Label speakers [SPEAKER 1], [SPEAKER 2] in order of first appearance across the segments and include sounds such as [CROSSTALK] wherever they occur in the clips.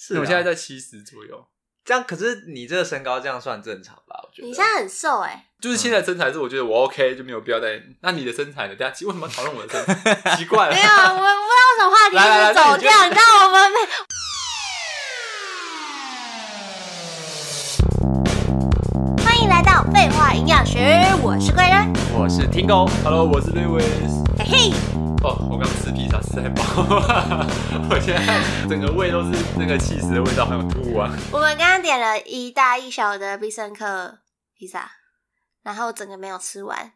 [SPEAKER 1] 是
[SPEAKER 2] 那
[SPEAKER 1] 啊
[SPEAKER 2] 我现在在七十左右，
[SPEAKER 1] 这样，可是你这个身高这样算正常吧？我觉得
[SPEAKER 3] 你现在很瘦哎、
[SPEAKER 2] 就是现在身材是我觉得我 OK 就没有必要再。那你的身材呢？大家为什么要讨论我的身材？ [LAUGHS] 奇怪了
[SPEAKER 3] [LAUGHS] 没。有，啊，我我不知道为什么话题
[SPEAKER 2] 来来
[SPEAKER 3] 一
[SPEAKER 2] 来
[SPEAKER 3] 直走掉，
[SPEAKER 2] 那
[SPEAKER 3] 你知道我们没。 [LAUGHS] 欢迎来到废话营养学，我是贵人，
[SPEAKER 1] [LAUGHS] 我是
[SPEAKER 3] 嗯
[SPEAKER 1] 听狗，
[SPEAKER 2] Hello，我是 Lewis。
[SPEAKER 3] 嘿嘿。
[SPEAKER 2] 哦，我刚吃披萨吃太饱， [LAUGHS] 我现在整个胃都是那个气死的味道，还有吐啊。
[SPEAKER 3] 我们刚刚点了一大一小的必胜客披萨，然后整个没有吃完，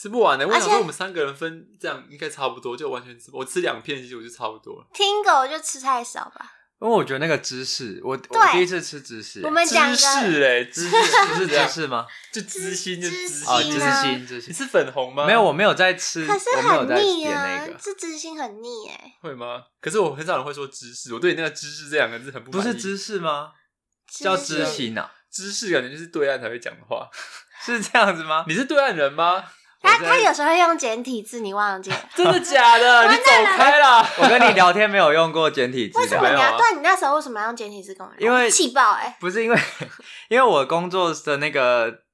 [SPEAKER 2] 吃不完的、我
[SPEAKER 3] 而
[SPEAKER 2] 想
[SPEAKER 3] 且
[SPEAKER 2] 说我们三个人分这样应该差不多，就完全吃不。我吃两片其实我就差不多了。
[SPEAKER 3] 听狗就吃太少吧。
[SPEAKER 1] 因为我觉得那个芝士，我我
[SPEAKER 3] 对
[SPEAKER 1] 第一次吃芝士，
[SPEAKER 3] 我们讲
[SPEAKER 2] 芝
[SPEAKER 3] 一
[SPEAKER 2] 士
[SPEAKER 3] 个，
[SPEAKER 2] 哎、芝士
[SPEAKER 1] 不欸是芝士吗？
[SPEAKER 2] 就芝心就
[SPEAKER 3] 芝
[SPEAKER 2] 芝
[SPEAKER 3] 心
[SPEAKER 1] 哦，
[SPEAKER 3] 芝
[SPEAKER 1] 芝
[SPEAKER 3] 啊
[SPEAKER 1] 心芝
[SPEAKER 2] 你
[SPEAKER 1] 心，
[SPEAKER 2] 是粉红吗？
[SPEAKER 1] 没有，我没有在吃，
[SPEAKER 3] 可是
[SPEAKER 1] 嗯我没有
[SPEAKER 3] 很
[SPEAKER 1] 在
[SPEAKER 3] 腻
[SPEAKER 1] 点
[SPEAKER 3] 啊
[SPEAKER 1] 那个，，
[SPEAKER 3] 这芝心很腻哎、
[SPEAKER 2] 会吗？可是我很少人会说芝士，我对你那个芝士这两个字很不
[SPEAKER 1] 不
[SPEAKER 2] 满意
[SPEAKER 1] 是芝士吗？叫芝心啊，
[SPEAKER 2] 芝士，感觉就是对岸才会讲的话。
[SPEAKER 1] 是这样子
[SPEAKER 2] [LAUGHS]
[SPEAKER 1] 吗？
[SPEAKER 2] 你是对岸人吗？
[SPEAKER 3] 他
[SPEAKER 1] 我在
[SPEAKER 3] 他有时候会用简体字，你忘记了？
[SPEAKER 2] 真的假的？你走开啦！
[SPEAKER 1] 我 [LAUGHS] 跟你聊天没有用过简体字
[SPEAKER 3] 为什
[SPEAKER 1] 的，
[SPEAKER 3] 么你
[SPEAKER 2] 没有
[SPEAKER 3] 要？
[SPEAKER 2] 啊
[SPEAKER 3] 对你那时候为什么要用简体字跟我聊？
[SPEAKER 1] 因为
[SPEAKER 3] 气爆哎、
[SPEAKER 1] 不是因为因为我工作的那个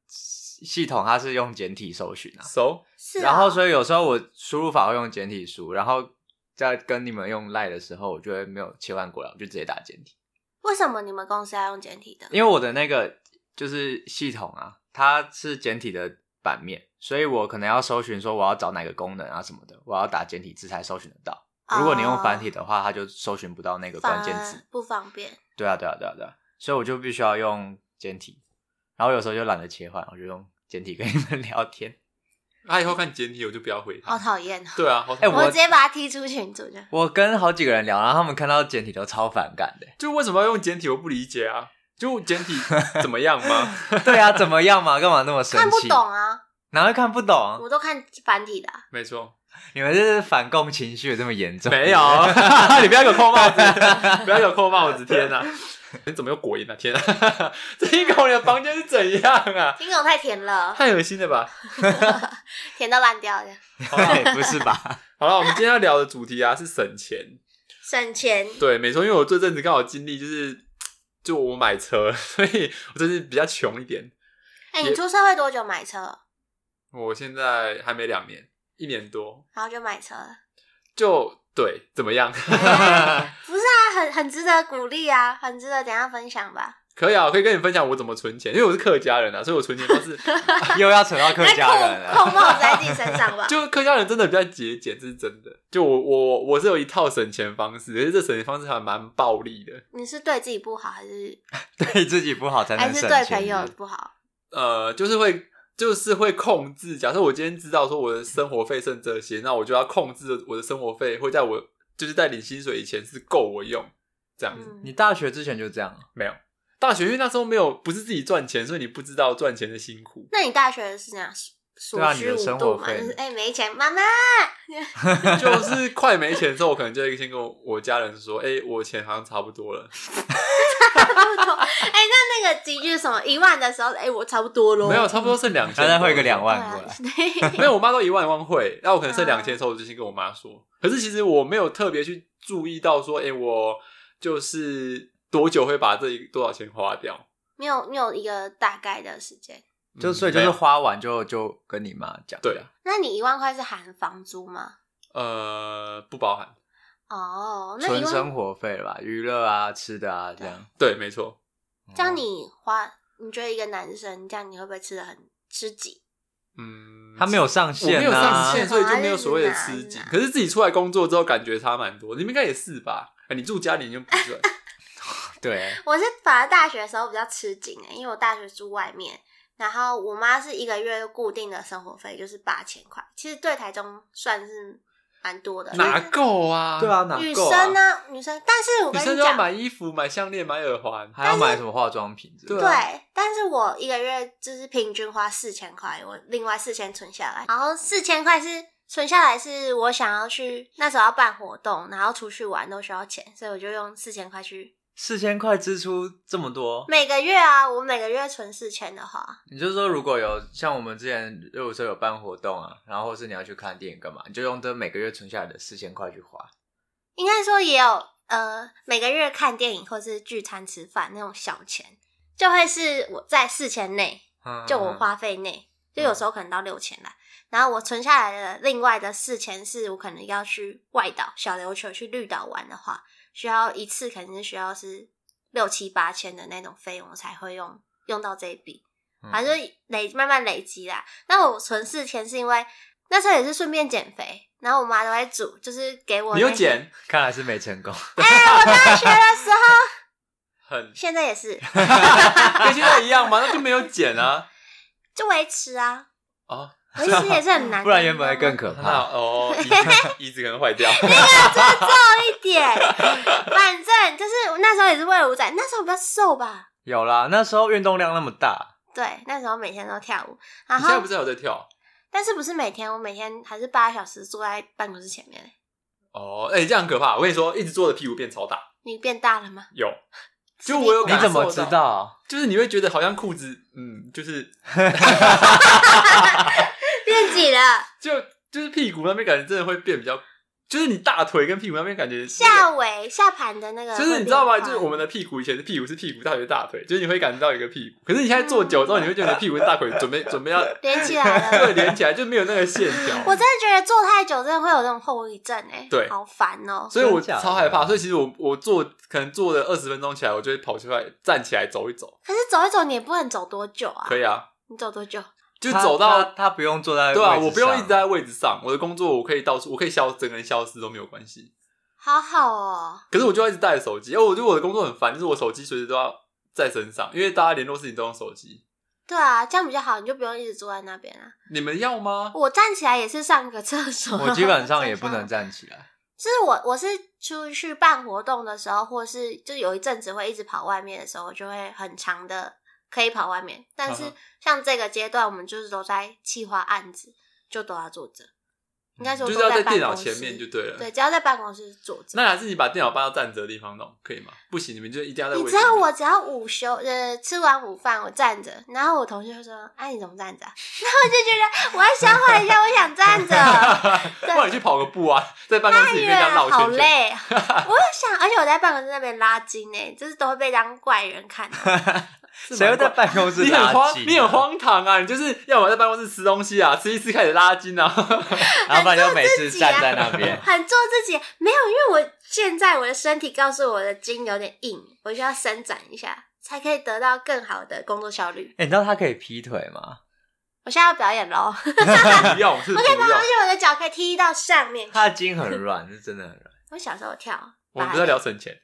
[SPEAKER 1] 系统它是用简体搜寻啊，
[SPEAKER 2] 熟
[SPEAKER 3] 是啊、
[SPEAKER 1] 然后所以有时候我输入法会用简体输，然后在跟你们用赖的时候，我就会没有切换过来，我就直接打简体，
[SPEAKER 3] 为什么你们公司要用简体的？
[SPEAKER 1] 因为我的那个就是系统啊，它是简体的版面，所以我可能要搜寻说我要找哪个功能啊什么的，我要打简体字才搜寻得到。
[SPEAKER 3] 啊
[SPEAKER 1] 如果你用繁体的话，它就搜寻不到那个
[SPEAKER 3] 哦反
[SPEAKER 1] 关键字
[SPEAKER 3] 而。不方便。
[SPEAKER 1] 对啊，对啊，对啊，对啊，所以我就必须要用简体，然后有时候就懒得切换，我就用简体跟你们聊天。
[SPEAKER 2] 他以后看简体我就不要回
[SPEAKER 3] 好
[SPEAKER 2] 他。
[SPEAKER 3] 讨厌哦！
[SPEAKER 2] 对啊，好讨
[SPEAKER 1] 嗯哎
[SPEAKER 2] 厌
[SPEAKER 3] 我
[SPEAKER 1] 我
[SPEAKER 3] 直接把他踢出群组就。
[SPEAKER 1] 我跟好几个人聊，然后他们看到简体都超反感的。
[SPEAKER 2] 就为什么要用简体？我不理解啊。就简体怎么样吗？
[SPEAKER 1] [LAUGHS] 对啊，怎么样嘛？干嘛那么生
[SPEAKER 3] 看不
[SPEAKER 1] 气？
[SPEAKER 3] 懂啊，
[SPEAKER 1] 哪会看不懂？
[SPEAKER 3] 我都看繁体的啊、
[SPEAKER 2] 没错， [LAUGHS]
[SPEAKER 1] 你们这是反共情绪有这么严重？
[SPEAKER 2] 没有，
[SPEAKER 1] [LAUGHS]
[SPEAKER 2] 你不要给我扣帽子，不要给我扣帽子！天哪，你怎么有果蝇啊？天哪， [LAUGHS] 这一口你的房间是怎样啊？
[SPEAKER 3] 听狗太甜
[SPEAKER 1] [LAUGHS]
[SPEAKER 3] 了，
[SPEAKER 2] 太恶心了吧！
[SPEAKER 3] 甜到烂掉的。
[SPEAKER 2] 好啦
[SPEAKER 1] 对哎不是吧？ [LAUGHS]
[SPEAKER 2] 好了，我们今天要聊的主题啊是省钱。
[SPEAKER 3] 省钱，
[SPEAKER 2] 对，没错，因为我这阵子刚好经历就是，就我买车，所以我最近比较穷一点。
[SPEAKER 3] 哎、
[SPEAKER 2] 也
[SPEAKER 3] 你出社会多久买车？
[SPEAKER 2] 我现在还没两年，一年多，
[SPEAKER 3] 然后就买
[SPEAKER 1] [LAUGHS]
[SPEAKER 3] 车了，
[SPEAKER 2] 就对，怎么样？ [LAUGHS]
[SPEAKER 3] 不是啊，很很值得鼓励啊，很值得等一下分享吧。
[SPEAKER 2] 可以啊，我可以跟你分享我怎么存钱，因为我是客家人啊，所以我存钱方式
[SPEAKER 1] 又要扯到客
[SPEAKER 3] 那
[SPEAKER 1] 家人
[SPEAKER 3] 哎扣
[SPEAKER 1] 了。
[SPEAKER 3] 扣帽子在自己身
[SPEAKER 1] [LAUGHS]
[SPEAKER 3] 上吧。
[SPEAKER 2] 就客家人真的比较节俭，这是真的。就我我我是有一套省钱方式，可是这省钱方式还蛮暴力的。
[SPEAKER 3] 你是对自己不好，还是
[SPEAKER 1] 对自己不好才
[SPEAKER 3] 还
[SPEAKER 1] 能
[SPEAKER 3] 是
[SPEAKER 1] 省
[SPEAKER 3] 对
[SPEAKER 1] 钱
[SPEAKER 3] 朋友不好？
[SPEAKER 2] 呃，就是会就是会控制。假设我今天知道说我的生活费剩这些，那我就要控制我的生活费会在我就是在领薪水以前是够我用这样子。
[SPEAKER 3] 嗯
[SPEAKER 1] 你大学之前就这样啊？
[SPEAKER 2] 没有大学，因为那时候没有不是自己赚钱，所以你不知道赚钱的辛苦。
[SPEAKER 3] 那你大学是这样数
[SPEAKER 1] 对啊你
[SPEAKER 3] 虚
[SPEAKER 1] 的
[SPEAKER 3] 无
[SPEAKER 1] 生
[SPEAKER 3] 度
[SPEAKER 1] 活
[SPEAKER 3] 嘛？
[SPEAKER 1] 费
[SPEAKER 3] 就
[SPEAKER 1] 呢
[SPEAKER 3] 是哎、没钱，妈妈，
[SPEAKER 2] [LAUGHS] 就是快没钱的时候，我可能就会先跟我我家人说：“哎、我钱好像差不多了。
[SPEAKER 3] 哎、那那个几句什么一万的时候，哎、我差不多”咯。啊
[SPEAKER 2] 没有，差不多剩两千，
[SPEAKER 1] 他再汇个两
[SPEAKER 3] 对 [LAUGHS]
[SPEAKER 1] 万
[SPEAKER 3] 啊
[SPEAKER 1] 过来。
[SPEAKER 2] 没有，我妈都一万一万汇，那我可能剩
[SPEAKER 3] 嗯
[SPEAKER 2] 两千的时候，我就先跟我妈说。可是其实我没有特别去注意到说，哎、我就是多久会把这一多少钱花掉，
[SPEAKER 3] 你有你有一个大概的时间。
[SPEAKER 1] 就
[SPEAKER 2] 嗯
[SPEAKER 1] 所以就
[SPEAKER 2] 没
[SPEAKER 1] 是
[SPEAKER 2] 有
[SPEAKER 1] 花完就就跟你妈讲。
[SPEAKER 2] 对，啊，
[SPEAKER 3] 那你一万块是含房租吗？
[SPEAKER 2] 呃，不包含，
[SPEAKER 3] 哦，那你
[SPEAKER 1] 纯
[SPEAKER 3] 一
[SPEAKER 1] 生
[SPEAKER 3] 万，
[SPEAKER 1] 活费了吧，娱乐啊、吃的啊这样。
[SPEAKER 2] 对，没错，
[SPEAKER 1] 嗯
[SPEAKER 3] 这样你花，你觉得一个男生这样你会不会吃的很吃紧？
[SPEAKER 2] 嗯，
[SPEAKER 1] 他没有上
[SPEAKER 2] 我
[SPEAKER 1] 线、啊，
[SPEAKER 2] 没有上线，
[SPEAKER 3] 啊
[SPEAKER 2] 所以就没有所谓的
[SPEAKER 3] 啊
[SPEAKER 2] 吃
[SPEAKER 3] 日
[SPEAKER 2] 紧
[SPEAKER 3] 子啊。
[SPEAKER 2] 可是自己出来工作之后，感觉差蛮多，你们应该也是吧？哎你住家里你就不是，
[SPEAKER 1] 对，
[SPEAKER 3] 我是反而大学的时候比较吃紧、欸，因为我大学住外面，然后我妈是一个月固定的生活费就是八千块，其实对台中算是蛮多的。
[SPEAKER 2] 哪
[SPEAKER 3] 就是
[SPEAKER 2] 够啊？
[SPEAKER 1] 对，啊，哪
[SPEAKER 3] 女
[SPEAKER 1] 够
[SPEAKER 3] 生
[SPEAKER 1] 啊？
[SPEAKER 3] 呢、女生，但是我
[SPEAKER 2] 女
[SPEAKER 3] 跟
[SPEAKER 2] 生
[SPEAKER 3] 你
[SPEAKER 2] 就要
[SPEAKER 3] 讲，
[SPEAKER 2] 买衣服、买项链、买耳环，
[SPEAKER 1] 还要买什么化妆品之类的？
[SPEAKER 2] 对啊
[SPEAKER 3] 对，但是我一个月就是平均花四千块，我另外四千存下来，然后四千块是存下来是我想要去那时候要办活动，然后出去玩都需要钱，所以我就用四千块去
[SPEAKER 1] 四千块支出这么多，
[SPEAKER 3] 每个月啊，我每个月存四千的话，
[SPEAKER 1] 你就说如果有像我们之前如果说有办活动啊，然后或是你要去看电影干嘛，你就用这每个月存下来的四千块去花。
[SPEAKER 3] 应该说也有呃每个月看电影或是聚餐吃饭那种小钱，就会是我在四千内，
[SPEAKER 1] 嗯
[SPEAKER 3] 就我花费内，就有时候可能到六千啦。然后我存下来的另外的四千是我可能要去外岛小琉球去绿岛玩的话，需要一次肯定是需要是六七八千的那种费用，我才会用用到这一笔。
[SPEAKER 1] 嗯
[SPEAKER 3] 反正就累慢慢累积啦。那我存四千是因为那时候也是顺便减肥，然后我妈都在煮，就是给我
[SPEAKER 2] 你有
[SPEAKER 3] 那些
[SPEAKER 2] 减，
[SPEAKER 1] 看来是没成功。
[SPEAKER 2] [LAUGHS]
[SPEAKER 3] 大学的时候，
[SPEAKER 2] 很
[SPEAKER 3] 现在也是
[SPEAKER 2] 跟现在一样吗？那就没有减
[SPEAKER 3] [LAUGHS]
[SPEAKER 2] 啊。
[SPEAKER 3] 就维持啊，
[SPEAKER 2] 哦，
[SPEAKER 3] 维持也是很难，
[SPEAKER 1] 不然原本会更
[SPEAKER 3] 你
[SPEAKER 1] 可
[SPEAKER 2] 那
[SPEAKER 1] 怕。
[SPEAKER 3] [LAUGHS]
[SPEAKER 2] 哦，椅子椅子可能坏掉。
[SPEAKER 3] 啊知道吗
[SPEAKER 2] [LAUGHS]
[SPEAKER 3] 一点。反正就是我那时候也是为了舞仔，那时候比较瘦吧，
[SPEAKER 1] 有啦，那时候运动量那么大，
[SPEAKER 3] 对，那时候每天都跳舞，然
[SPEAKER 2] 你现在
[SPEAKER 3] 后
[SPEAKER 2] 不是还有在跳？
[SPEAKER 3] 但是不是每天，我每天还是八小时坐在办公室前面。
[SPEAKER 2] 哦，哎，这样很可怕。我跟你说，一直坐的屁股变超大。
[SPEAKER 3] 你变大了吗？
[SPEAKER 2] 有，就我有
[SPEAKER 1] 你
[SPEAKER 2] 感
[SPEAKER 1] 怎么
[SPEAKER 2] 受
[SPEAKER 1] 知
[SPEAKER 2] 到
[SPEAKER 1] 道？
[SPEAKER 2] 就是你会觉得好像裤子，嗯，就是
[SPEAKER 3] 变挤了，
[SPEAKER 2] 就就是屁股那边感觉真的会变比较，就是你大腿跟屁股那边感觉
[SPEAKER 3] 下围下盘的那个，
[SPEAKER 2] 就是你知道吗？就是我们的屁股以前是屁股是屁股，大腿是大腿，就是你会感觉到一个屁股。可是你现在
[SPEAKER 3] 嗯
[SPEAKER 2] 坐久之后，你会觉得你的屁股跟大腿准备准备要
[SPEAKER 3] 连 [LAUGHS] 起来了
[SPEAKER 2] [LAUGHS] 对。连起来，就没有那个线条。
[SPEAKER 3] 我真的觉得坐太久真的会有那种后遗症哎、
[SPEAKER 2] 对
[SPEAKER 3] 好烦哦、
[SPEAKER 2] [LAUGHS] 所以我
[SPEAKER 1] 真假的
[SPEAKER 2] 超害怕。所以其实我我坐可能坐了二十分钟起来，我就会跑出来站起来走一走。
[SPEAKER 3] 可是走一走你也不能走多久啊，
[SPEAKER 2] 可以啊，
[SPEAKER 3] 你走多久？
[SPEAKER 2] 就
[SPEAKER 1] 他
[SPEAKER 2] 走
[SPEAKER 1] 他
[SPEAKER 2] 到
[SPEAKER 1] 他不用坐在
[SPEAKER 2] 对啊，
[SPEAKER 1] 位置
[SPEAKER 2] 我不用
[SPEAKER 1] 上
[SPEAKER 2] 一直在位置上，我的工作我可以到处，我可以消整个人消失都没有关系。
[SPEAKER 3] 好好哦、
[SPEAKER 2] 可是我就要一直带着手机，因为哦我觉得我的工作很烦，就是我手机随时都要在身上，因为大家联络事情都用手机。
[SPEAKER 3] 对啊，这样比较好，你就不用一直坐在那边啊。
[SPEAKER 2] 你们要吗？
[SPEAKER 3] 我站起来也是上个厕所，
[SPEAKER 1] 我基本上也不
[SPEAKER 3] 站
[SPEAKER 1] 能
[SPEAKER 3] 起来。
[SPEAKER 1] 站起来。
[SPEAKER 3] 就是我我是出去办活动的时候，或是就有一阵子会一直跑外面的时候，我就会很长的可以跑外面。但
[SPEAKER 2] 嗯
[SPEAKER 3] 是
[SPEAKER 2] 哼
[SPEAKER 3] 像这个阶段，我们就是都在企划案子，就都要坐着。应该说
[SPEAKER 2] 嗯就是
[SPEAKER 3] 都
[SPEAKER 2] 要在
[SPEAKER 3] 办
[SPEAKER 2] 电脑
[SPEAKER 3] 公室
[SPEAKER 2] 前面就对了。
[SPEAKER 3] 对，只要在办公室坐着。
[SPEAKER 2] 那还是你把电脑搬到站着的地方弄，可以吗？不行，你们就一定要在位
[SPEAKER 3] 你
[SPEAKER 2] 置
[SPEAKER 3] 知
[SPEAKER 2] 上。
[SPEAKER 3] 道我只要午休，呃，吃完午饭我站着，然后我同学就说：“哎、你怎么站着啊、 [LAUGHS] 然后我就觉得我要消化一下，我想站着，
[SPEAKER 2] [LAUGHS]
[SPEAKER 3] 对
[SPEAKER 2] 不然你去跑个步啊，在办公室里面这样绕
[SPEAKER 3] 好
[SPEAKER 2] 圈圈。
[SPEAKER 3] 累。”啊我就想，而且我在办公室那边拉筋呢、欸就是都会被当怪
[SPEAKER 2] [LAUGHS]
[SPEAKER 3] 人看到。
[SPEAKER 2] [LAUGHS] 是蛮
[SPEAKER 1] 谁会在
[SPEAKER 2] 怪
[SPEAKER 1] 办公室
[SPEAKER 2] 你很
[SPEAKER 1] 拉
[SPEAKER 2] 荒
[SPEAKER 1] 筋，啊
[SPEAKER 2] 你很，荒唐啊！你就是要么在办公室吃东西啊，吃一吃开始拉筋啊。 [LAUGHS]
[SPEAKER 1] 然后不然就每次
[SPEAKER 3] 自己啊。
[SPEAKER 1] 站在那边
[SPEAKER 3] 很做自己，没有，因为我现在我的身体告诉我的筋有点硬，我需要伸展一下，才可以得到更好的工作效率。
[SPEAKER 1] 哎，你知道他可以劈腿吗？
[SPEAKER 3] 我现在要表演喽，而
[SPEAKER 2] 不要，我是不要。
[SPEAKER 3] 且我的脚可以踢到上面去。
[SPEAKER 1] 他的筋很软，是真的很软。
[SPEAKER 3] 我小时候跳，
[SPEAKER 2] 我们不是在聊省钱，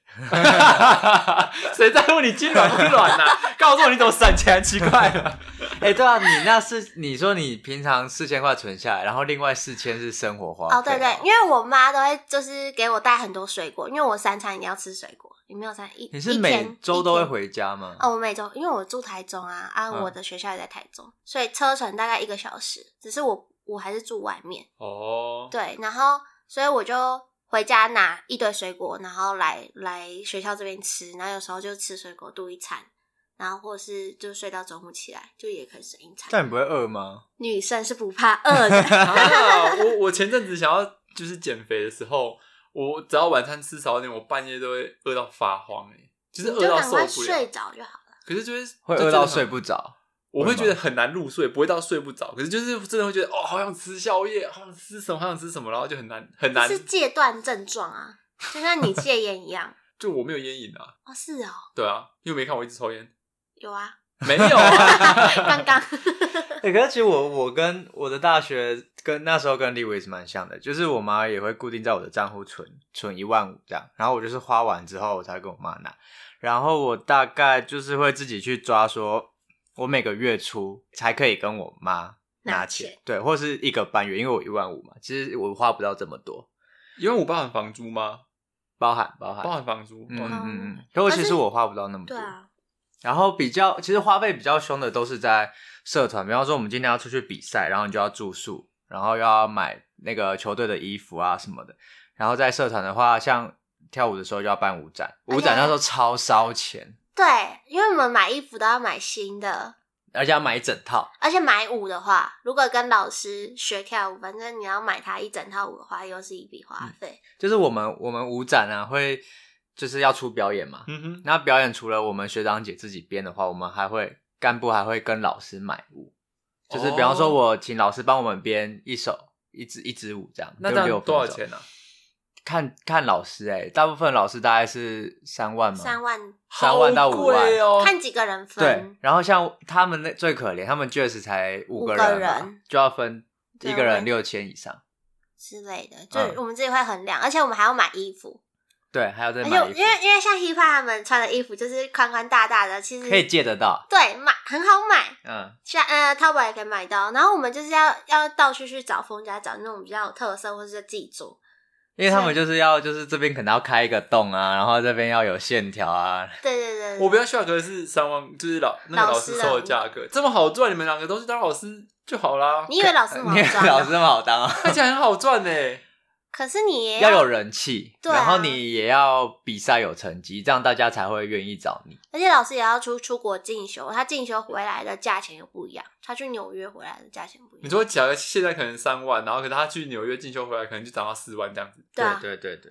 [SPEAKER 2] [LAUGHS] 谁在乎你筋软不软呐、
[SPEAKER 3] [LAUGHS]
[SPEAKER 2] 告诉我你怎么省钱，奇怪了。
[SPEAKER 1] [LAUGHS] 哎，对啊，你那是你说你平常四千块存下来，然后另外四千是生活花
[SPEAKER 3] 哦，
[SPEAKER 1] 费
[SPEAKER 3] 对对，因为我妈都会就是给我带很多水果，因为我三餐一定要吃水果，你没有三一
[SPEAKER 1] 你是
[SPEAKER 3] 一
[SPEAKER 1] 每
[SPEAKER 3] 天
[SPEAKER 1] 周都会。
[SPEAKER 3] 一天
[SPEAKER 1] 回家吗？
[SPEAKER 3] 哦，我每周，因为我住台中啊，啊，
[SPEAKER 1] 嗯
[SPEAKER 3] 我的学校也在台中，所以车程大概一个小时。只是我我还是住外面，
[SPEAKER 2] [LAUGHS] 哦，
[SPEAKER 3] 对，然后所以我就回家拿一堆水果，然后来来学校这边吃，然后有时候就吃水果度一餐，然后或是就睡到中午起来，就也可以省一餐。
[SPEAKER 1] 但你不会饿吗？
[SPEAKER 3] 女生是不怕
[SPEAKER 1] [LAUGHS]
[SPEAKER 3] 饿的， [LAUGHS]
[SPEAKER 2] 啊，我我前阵子想要就是减肥的时候，我只要晚餐吃少一点，我半夜都会饿到发慌、欸，就是
[SPEAKER 3] 你
[SPEAKER 2] 饿
[SPEAKER 3] 就
[SPEAKER 2] 到
[SPEAKER 3] 赶
[SPEAKER 2] 受
[SPEAKER 3] 快
[SPEAKER 2] 不了
[SPEAKER 3] 睡。着就好了。
[SPEAKER 2] 可是就是
[SPEAKER 1] 会
[SPEAKER 2] 就
[SPEAKER 1] 饿
[SPEAKER 2] 真的
[SPEAKER 1] 到
[SPEAKER 2] 很
[SPEAKER 1] 睡不着？
[SPEAKER 2] 我
[SPEAKER 1] 会
[SPEAKER 2] 会
[SPEAKER 1] 吗
[SPEAKER 2] 觉得很难入睡，不会到睡不着，可是就是真的会觉得哦，好想吃宵夜，好想吃什么，好想吃什么，然后就很难很难
[SPEAKER 3] 是。戒断症状啊，就像你戒烟一样。
[SPEAKER 2] 就我没有烟瘾啊，
[SPEAKER 3] 哦，是哦，
[SPEAKER 2] 对啊，因为没看我一直抽
[SPEAKER 1] [LAUGHS]
[SPEAKER 2] 烟，
[SPEAKER 3] 有啊， [LAUGHS]
[SPEAKER 2] 没有啊，
[SPEAKER 3] 刚刚
[SPEAKER 1] [LAUGHS] 哎、可是其实我我跟我的大学跟那时候跟 l e w i 蛮像的，就是我妈也会固定在我的账户存存一万五这样，然后我就是花完之后我才跟我妈拿，然后我大概就是会自己去抓说，我每个月初才可以跟我妈拿
[SPEAKER 3] 拿
[SPEAKER 1] 钱，
[SPEAKER 3] 钱
[SPEAKER 1] 对，或是一个半月，因为我一万五嘛，其实我花不到这么多，
[SPEAKER 2] 因为我包含房租吗？
[SPEAKER 1] 包含包含，
[SPEAKER 2] 包含房租，
[SPEAKER 1] 嗯嗯
[SPEAKER 2] 嗯，
[SPEAKER 1] 嗯嗯，可我其
[SPEAKER 3] 可
[SPEAKER 1] 实
[SPEAKER 3] 哦是
[SPEAKER 1] 我花不到那么多，
[SPEAKER 3] 对啊，
[SPEAKER 1] 然后比较，其实花费比较凶的都是在社团，比方说我们今天要出去比赛，然后你就要住宿，然后又要买那个球队的衣服啊什么的。然后在社团的话，像跳舞的时候就要办舞展，舞展那时候超烧钱，
[SPEAKER 3] 对，因为我们买衣服都要买新的，
[SPEAKER 1] 而且要买一整套。
[SPEAKER 3] 而且买舞的话，如果跟老师学跳舞，反
[SPEAKER 1] 嗯
[SPEAKER 3] 正你要买他一整套舞的话，又是一笔花费。
[SPEAKER 1] 就是我们我们舞展啊，会就是要出表演嘛。
[SPEAKER 2] 嗯哼，
[SPEAKER 1] 那表演除了我们学长姐自己编的话，我们还会干部还会跟老师买舞，就是比方说
[SPEAKER 2] 哦
[SPEAKER 1] 我请老师帮我们编一首一支一支舞这样，
[SPEAKER 2] 那
[SPEAKER 1] 就
[SPEAKER 2] 这
[SPEAKER 1] 六
[SPEAKER 2] 样
[SPEAKER 1] 分
[SPEAKER 2] 多少
[SPEAKER 1] 钟
[SPEAKER 2] 钱呢、啊？
[SPEAKER 1] 看看老师哎、大部分老师大概是三万嘛，
[SPEAKER 3] 三万，
[SPEAKER 1] [LAUGHS] 三万到
[SPEAKER 2] 好
[SPEAKER 1] 五万
[SPEAKER 2] 贵哦，
[SPEAKER 3] 看几个人
[SPEAKER 1] 对
[SPEAKER 3] 分。。
[SPEAKER 1] 然后像他们那最可怜，他们 JS 才五
[SPEAKER 3] 五
[SPEAKER 1] 个
[SPEAKER 3] 个
[SPEAKER 1] 人嘛，
[SPEAKER 3] 人
[SPEAKER 1] 就要分一个
[SPEAKER 3] 对
[SPEAKER 1] 人六千以上，
[SPEAKER 3] 之类的，就
[SPEAKER 1] 嗯
[SPEAKER 3] 我们自己会衡量，而且我们还要买衣服，
[SPEAKER 1] 对，还要再
[SPEAKER 3] 而
[SPEAKER 1] 买
[SPEAKER 3] 且
[SPEAKER 1] 衣服
[SPEAKER 3] 哎因为因为像 hiphop 他们穿的衣服就是宽宽大大的，其实
[SPEAKER 1] 可以借得到，
[SPEAKER 3] 对买很好买，
[SPEAKER 1] 嗯，
[SPEAKER 3] 像呃，淘宝也可以买到。然后我们就是要要到处去找风家，找那种比较有特色，或者是自己做。
[SPEAKER 1] 因为他们就是要就是这边可能要开一个洞啊，然后这边要有线条啊，
[SPEAKER 3] 对对对对
[SPEAKER 2] 我比较 shock 的是三万，就是老那个
[SPEAKER 3] 老
[SPEAKER 2] 老
[SPEAKER 3] 师啊
[SPEAKER 2] 师
[SPEAKER 3] 的
[SPEAKER 2] 收的价格这么好赚，你们两个都是当老师就好啦，
[SPEAKER 3] 你以为老师
[SPEAKER 1] 你
[SPEAKER 3] 们好
[SPEAKER 1] 老
[SPEAKER 3] 赚
[SPEAKER 1] 师
[SPEAKER 3] 吗？
[SPEAKER 1] 那么好当啊。
[SPEAKER 2] 看起来很好赚呢、欸
[SPEAKER 3] 可是你也
[SPEAKER 1] 要有，人气，
[SPEAKER 3] 哎对啊
[SPEAKER 1] 然后你也要比赛有成绩，这样大家才会愿意找你。
[SPEAKER 3] 而且老师也要出出国进修，他进修回来的价钱又不一样，他去纽约回来的价钱不一样。
[SPEAKER 2] 你说假如现在可能三万，然后可能他去纽约进修回来，可能就涨到四万这样子，
[SPEAKER 3] 对啊，
[SPEAKER 1] 对对对，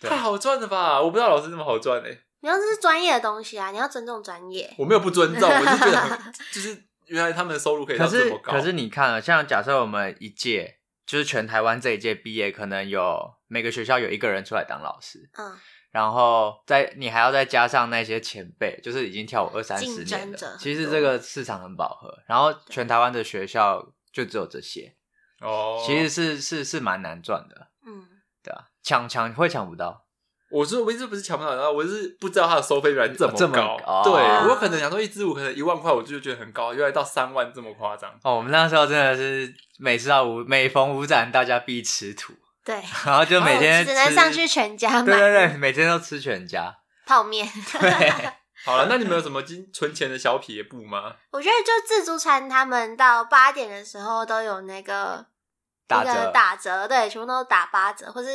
[SPEAKER 1] 对
[SPEAKER 2] 太好赚了吧？我不知道老师这么好赚呢、
[SPEAKER 3] 你要这是专业的东西啊，你要尊重专业。
[SPEAKER 2] 我没有不尊重，我就觉得很就是原来他们的收入可以
[SPEAKER 1] 可
[SPEAKER 2] 到这
[SPEAKER 1] 是
[SPEAKER 2] 么高，
[SPEAKER 1] 可是你看啊，像假设我们一届就是全台湾这一届毕业，可能有每个学校有一个人出来当老师，
[SPEAKER 3] 嗯，
[SPEAKER 1] 然后再你还要再加上那些前辈，就是已经跳舞二三十
[SPEAKER 3] 竞争
[SPEAKER 1] 年
[SPEAKER 3] 者
[SPEAKER 1] 的
[SPEAKER 3] 很，
[SPEAKER 1] 其实
[SPEAKER 3] 多
[SPEAKER 1] 这个市场很饱和，然后全台湾的学校就只有这些，
[SPEAKER 2] 哦，
[SPEAKER 1] 其实是是是蛮难赚的，
[SPEAKER 3] 嗯，
[SPEAKER 1] 对啊，抢抢会抢不到，
[SPEAKER 2] 我说我一直不是抢不到，然后我是不知道它的收费原来这
[SPEAKER 1] 这
[SPEAKER 2] 么
[SPEAKER 1] 么
[SPEAKER 2] 高。
[SPEAKER 1] 高
[SPEAKER 2] 对我可能想说一支舞可能一万块，我就觉得很高，原来到三万这么夸张。
[SPEAKER 1] 哦，我们那时候真的是每次到舞每逢舞展，大家必吃土，
[SPEAKER 3] 对，哦
[SPEAKER 1] 然后就每天
[SPEAKER 3] 只能
[SPEAKER 1] 吃
[SPEAKER 3] 上去全家
[SPEAKER 1] 对对
[SPEAKER 3] 买
[SPEAKER 1] 对，每天都吃全
[SPEAKER 3] [LAUGHS]
[SPEAKER 1] 家。
[SPEAKER 3] 泡面。
[SPEAKER 2] 好了，那你们有什么金存钱的小撇步吗？
[SPEAKER 3] 我觉得就自助餐，他们到八点的时候都有那个
[SPEAKER 1] 打
[SPEAKER 3] 那个
[SPEAKER 1] 折
[SPEAKER 3] 打折，对，全部都打八折，或是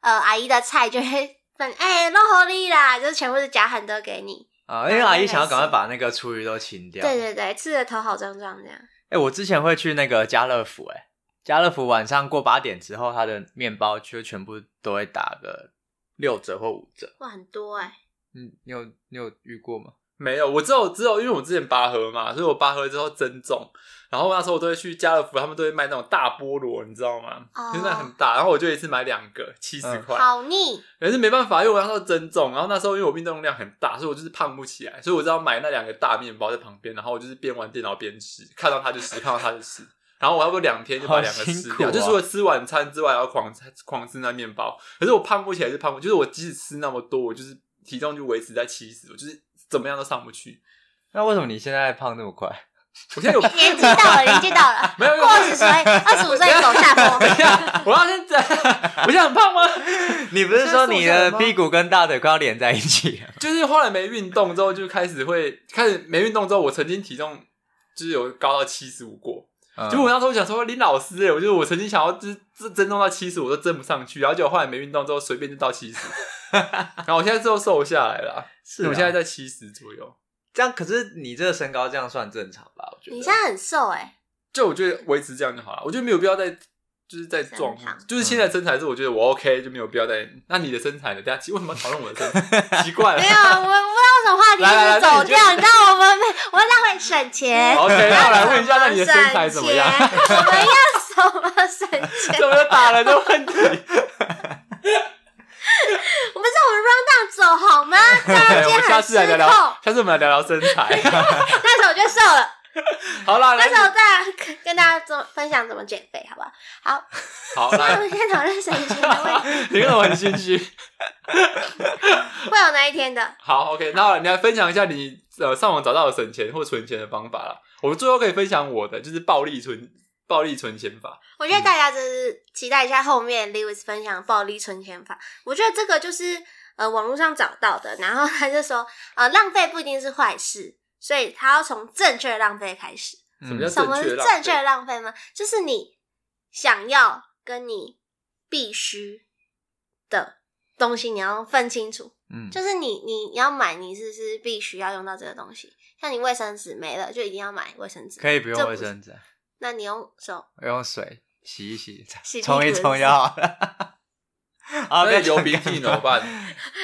[SPEAKER 3] 呃阿姨的菜就会分哎弄合力啦，就是全部是假很多给你，
[SPEAKER 1] 啊，因为阿姨想要赶快把那个厨余都清掉。
[SPEAKER 3] 对对对，吃的头好壮壮这样，
[SPEAKER 1] 哎、我之前会去那个家乐福、哎，家乐福晚上过八点之后，它的面包就全部都会打个六折或五折。
[SPEAKER 3] 哇，很多哎、
[SPEAKER 1] 嗯，你有你有遇过吗？
[SPEAKER 2] 没有，我只有只有因为我之前拔河嘛，所以我拔河之后增重，然后那时候我都会去家乐福，他们都会卖那种大菠萝，你知道吗？
[SPEAKER 3] 哦
[SPEAKER 2] 就是那很大，然后我就一次买两个，七十
[SPEAKER 1] 嗯
[SPEAKER 2] 块。
[SPEAKER 3] 好腻，
[SPEAKER 2] 可是没办法，因为我那时候增重，然后那时候因为我运动量很大，所以我就是胖不起来，所以我只要买那两个大面包在旁边，然后我就是边玩电脑边吃，看到它就吃，看到它就吃，然后我差不多两天就把
[SPEAKER 1] 好
[SPEAKER 2] 两个吃
[SPEAKER 1] 辛苦
[SPEAKER 2] 掉，
[SPEAKER 1] 哦
[SPEAKER 2] 就除了吃晚餐之外，然后狂吃狂吃那面包。可是我胖不起来是胖不，就是我即使吃那么多，我就是体重就维持在七十，我就是怎么样都上不去。
[SPEAKER 1] 那为什么你现在胖那么快？ [LAUGHS]
[SPEAKER 2] 我现在有
[SPEAKER 3] 年纪到了，年纪到了，
[SPEAKER 2] 没有没有
[SPEAKER 3] 过二十岁，二十五岁走下坡，
[SPEAKER 2] 我要先讲，我现在很胖吗？
[SPEAKER 1] 你不是说你
[SPEAKER 2] 现在瘦下来
[SPEAKER 1] 的
[SPEAKER 2] 吗
[SPEAKER 1] 屁股跟大腿快要连在一起
[SPEAKER 2] [LAUGHS]
[SPEAKER 1] 了？
[SPEAKER 2] 就是后来没运动之后，就开始会开始没运动之后，我曾经体重就是有高到七十五过。
[SPEAKER 1] 嗯
[SPEAKER 2] 就我那时候想说林老师、欸，我就是我曾经想要就是增增重到七十，我都增不上去，然后结果后来没运动之后，随便就到七
[SPEAKER 1] [LAUGHS]
[SPEAKER 2] 十。然后我现在之后瘦下来了啊，
[SPEAKER 1] 是啊
[SPEAKER 2] 我现在在七十左右。
[SPEAKER 1] 这样，可是你这个身高这样算正常吧？我觉得
[SPEAKER 3] 你现在很瘦哎、
[SPEAKER 2] 就我觉得维持这样就好了，我觉得没有必要再就是再壮
[SPEAKER 3] 增长，
[SPEAKER 2] 就是
[SPEAKER 1] 嗯
[SPEAKER 2] 现在身材是我觉得我 OK，就没有必要再。那你的身材呢？大家为什么要讨论我的身材？奇怪了
[SPEAKER 3] [LAUGHS] 没。有，啊我我不知道什么话题
[SPEAKER 2] 来来来
[SPEAKER 3] 一直走
[SPEAKER 2] 那你就
[SPEAKER 3] 掉，你知道我们没，我们浪费省
[SPEAKER 2] [LAUGHS]
[SPEAKER 3] 钱。
[SPEAKER 2] OK，那我来问一下，那你的身材怎么样？ [LAUGHS]
[SPEAKER 3] 省钱我们要什么省钱？
[SPEAKER 2] 怎么又打了这问
[SPEAKER 3] [LAUGHS]
[SPEAKER 2] 题？
[SPEAKER 3] 我们是我们 round down 走好
[SPEAKER 2] [LAUGHS]
[SPEAKER 3] 吗？大家
[SPEAKER 2] 对，哎我
[SPEAKER 3] 今天
[SPEAKER 2] 们下
[SPEAKER 3] 很
[SPEAKER 2] 次来
[SPEAKER 3] 失
[SPEAKER 2] 聊聊
[SPEAKER 3] 控，，
[SPEAKER 2] 下次我们来聊聊身材。 [LAUGHS]
[SPEAKER 3] 那时候我就瘦了，
[SPEAKER 2] 好啦，
[SPEAKER 3] [LAUGHS] 那
[SPEAKER 2] [LAUGHS] 来
[SPEAKER 3] 时，候再跟跟大家怎么分享怎么减肥，好不好？好，
[SPEAKER 2] 好
[SPEAKER 3] 那我
[SPEAKER 2] 来，
[SPEAKER 3] 们先讨论省钱的问题，
[SPEAKER 2] 你为什么很心虚？
[SPEAKER 3] 会有那一天的。
[SPEAKER 2] 好，OK，那你来分享一下你呃上网找到的省钱或存钱的方法啦。我们最后可以分享我的，就是暴力存暴力存钱法。
[SPEAKER 3] 我觉得大家就是期待一下后面 Lewis 分享暴力存钱法。我觉得这个就是呃网络上找到的，然后他就说呃浪费不一定是坏事，所以他要从正确的浪费开始。
[SPEAKER 1] 嗯
[SPEAKER 2] 什么叫
[SPEAKER 3] 什么是
[SPEAKER 2] 正确的浪费
[SPEAKER 3] 正确的浪费吗？就是你想要跟你必须的东西，你要分清楚。
[SPEAKER 1] 嗯
[SPEAKER 3] 就是你你你要买，你是不是必须要用到这个东西？像你卫生纸没了，就一定要买卫生纸。
[SPEAKER 1] 可以不
[SPEAKER 3] 这
[SPEAKER 1] 用
[SPEAKER 3] 不
[SPEAKER 1] 卫
[SPEAKER 3] 是
[SPEAKER 1] 生纸啊，
[SPEAKER 3] 那你用手
[SPEAKER 1] 用水洗一洗
[SPEAKER 3] 洗，屁
[SPEAKER 1] 冲一
[SPEAKER 3] 股
[SPEAKER 1] 冲就好了。啊，不
[SPEAKER 2] 那
[SPEAKER 1] 要
[SPEAKER 2] 流
[SPEAKER 1] 讲
[SPEAKER 2] 鼻涕怎么办？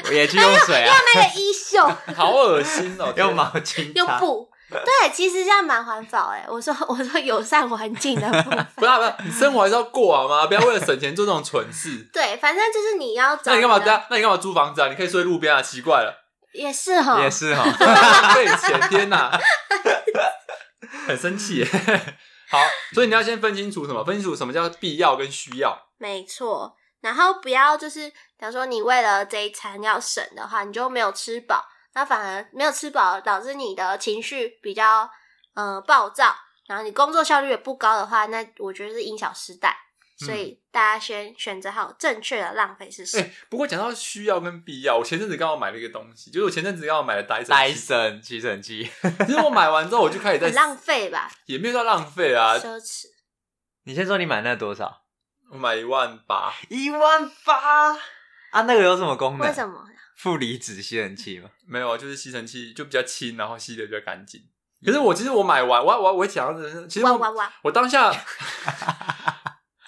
[SPEAKER 1] 我也去用水啊，
[SPEAKER 3] 那个
[SPEAKER 2] [LAUGHS]
[SPEAKER 3] 衣袖
[SPEAKER 2] 好恶心 [LAUGHS] 哦！
[SPEAKER 1] [LAUGHS] 用毛
[SPEAKER 2] 嘛？
[SPEAKER 1] 巾
[SPEAKER 3] 用
[SPEAKER 1] 擦，
[SPEAKER 2] [LAUGHS]
[SPEAKER 3] 布，对，其实这样蛮环保哎、我说我说友善环境的
[SPEAKER 2] [LAUGHS]
[SPEAKER 3] 部分，。
[SPEAKER 2] 不要不要，你生活还是要过好吗？不要为了省钱做这种蠢事 [LAUGHS]
[SPEAKER 3] 对，反正就是你要找
[SPEAKER 2] 那你干嘛
[SPEAKER 3] 一
[SPEAKER 2] 这
[SPEAKER 3] 个
[SPEAKER 2] 样？那你干嘛租房子啊？你可以睡路边啊，奇怪了， [LAUGHS]
[SPEAKER 3] 也是哈，
[SPEAKER 1] 也 [LAUGHS] 是哈。哦
[SPEAKER 2] 浪费钱，天哪！ [LAUGHS] 很生气耶。 [LAUGHS] 好，所以你要先分清楚什么？分清楚什么叫必要跟需要。
[SPEAKER 3] 没错。然后不要就是，比方说你为了这一餐要省的话，你就没有吃饱，那反而没有吃饱，导致你的情绪比较呃暴躁，然后你工作效率也不高的话，那我觉得是因小失大。所以大家先选择好正确的浪费是
[SPEAKER 2] 嗯
[SPEAKER 3] 什
[SPEAKER 2] 哎、
[SPEAKER 3] 么。
[SPEAKER 2] 不过讲到需要跟必要，我前阵子刚好买了一个东西，就是我前阵子刚好买了 Dyson
[SPEAKER 1] 戴
[SPEAKER 2] 器
[SPEAKER 1] 森吸尘器，
[SPEAKER 2] 其实我买完之后我就开始在
[SPEAKER 3] 很浪费吧，
[SPEAKER 2] 也没有到浪费啊，
[SPEAKER 3] 奢侈。
[SPEAKER 1] 你先说你买那多少？
[SPEAKER 2] 我买一万八，
[SPEAKER 1] 一万八啊？那个有什么功能？
[SPEAKER 3] 为什？么？
[SPEAKER 1] 负离子吸尘器吗？
[SPEAKER 2] 没有，啊就是吸尘器就比较轻，然后吸的比较干净。可是我其实我买完，我我我想到的是，其实
[SPEAKER 3] 哇
[SPEAKER 2] 我
[SPEAKER 3] 哇哇！
[SPEAKER 2] 我当下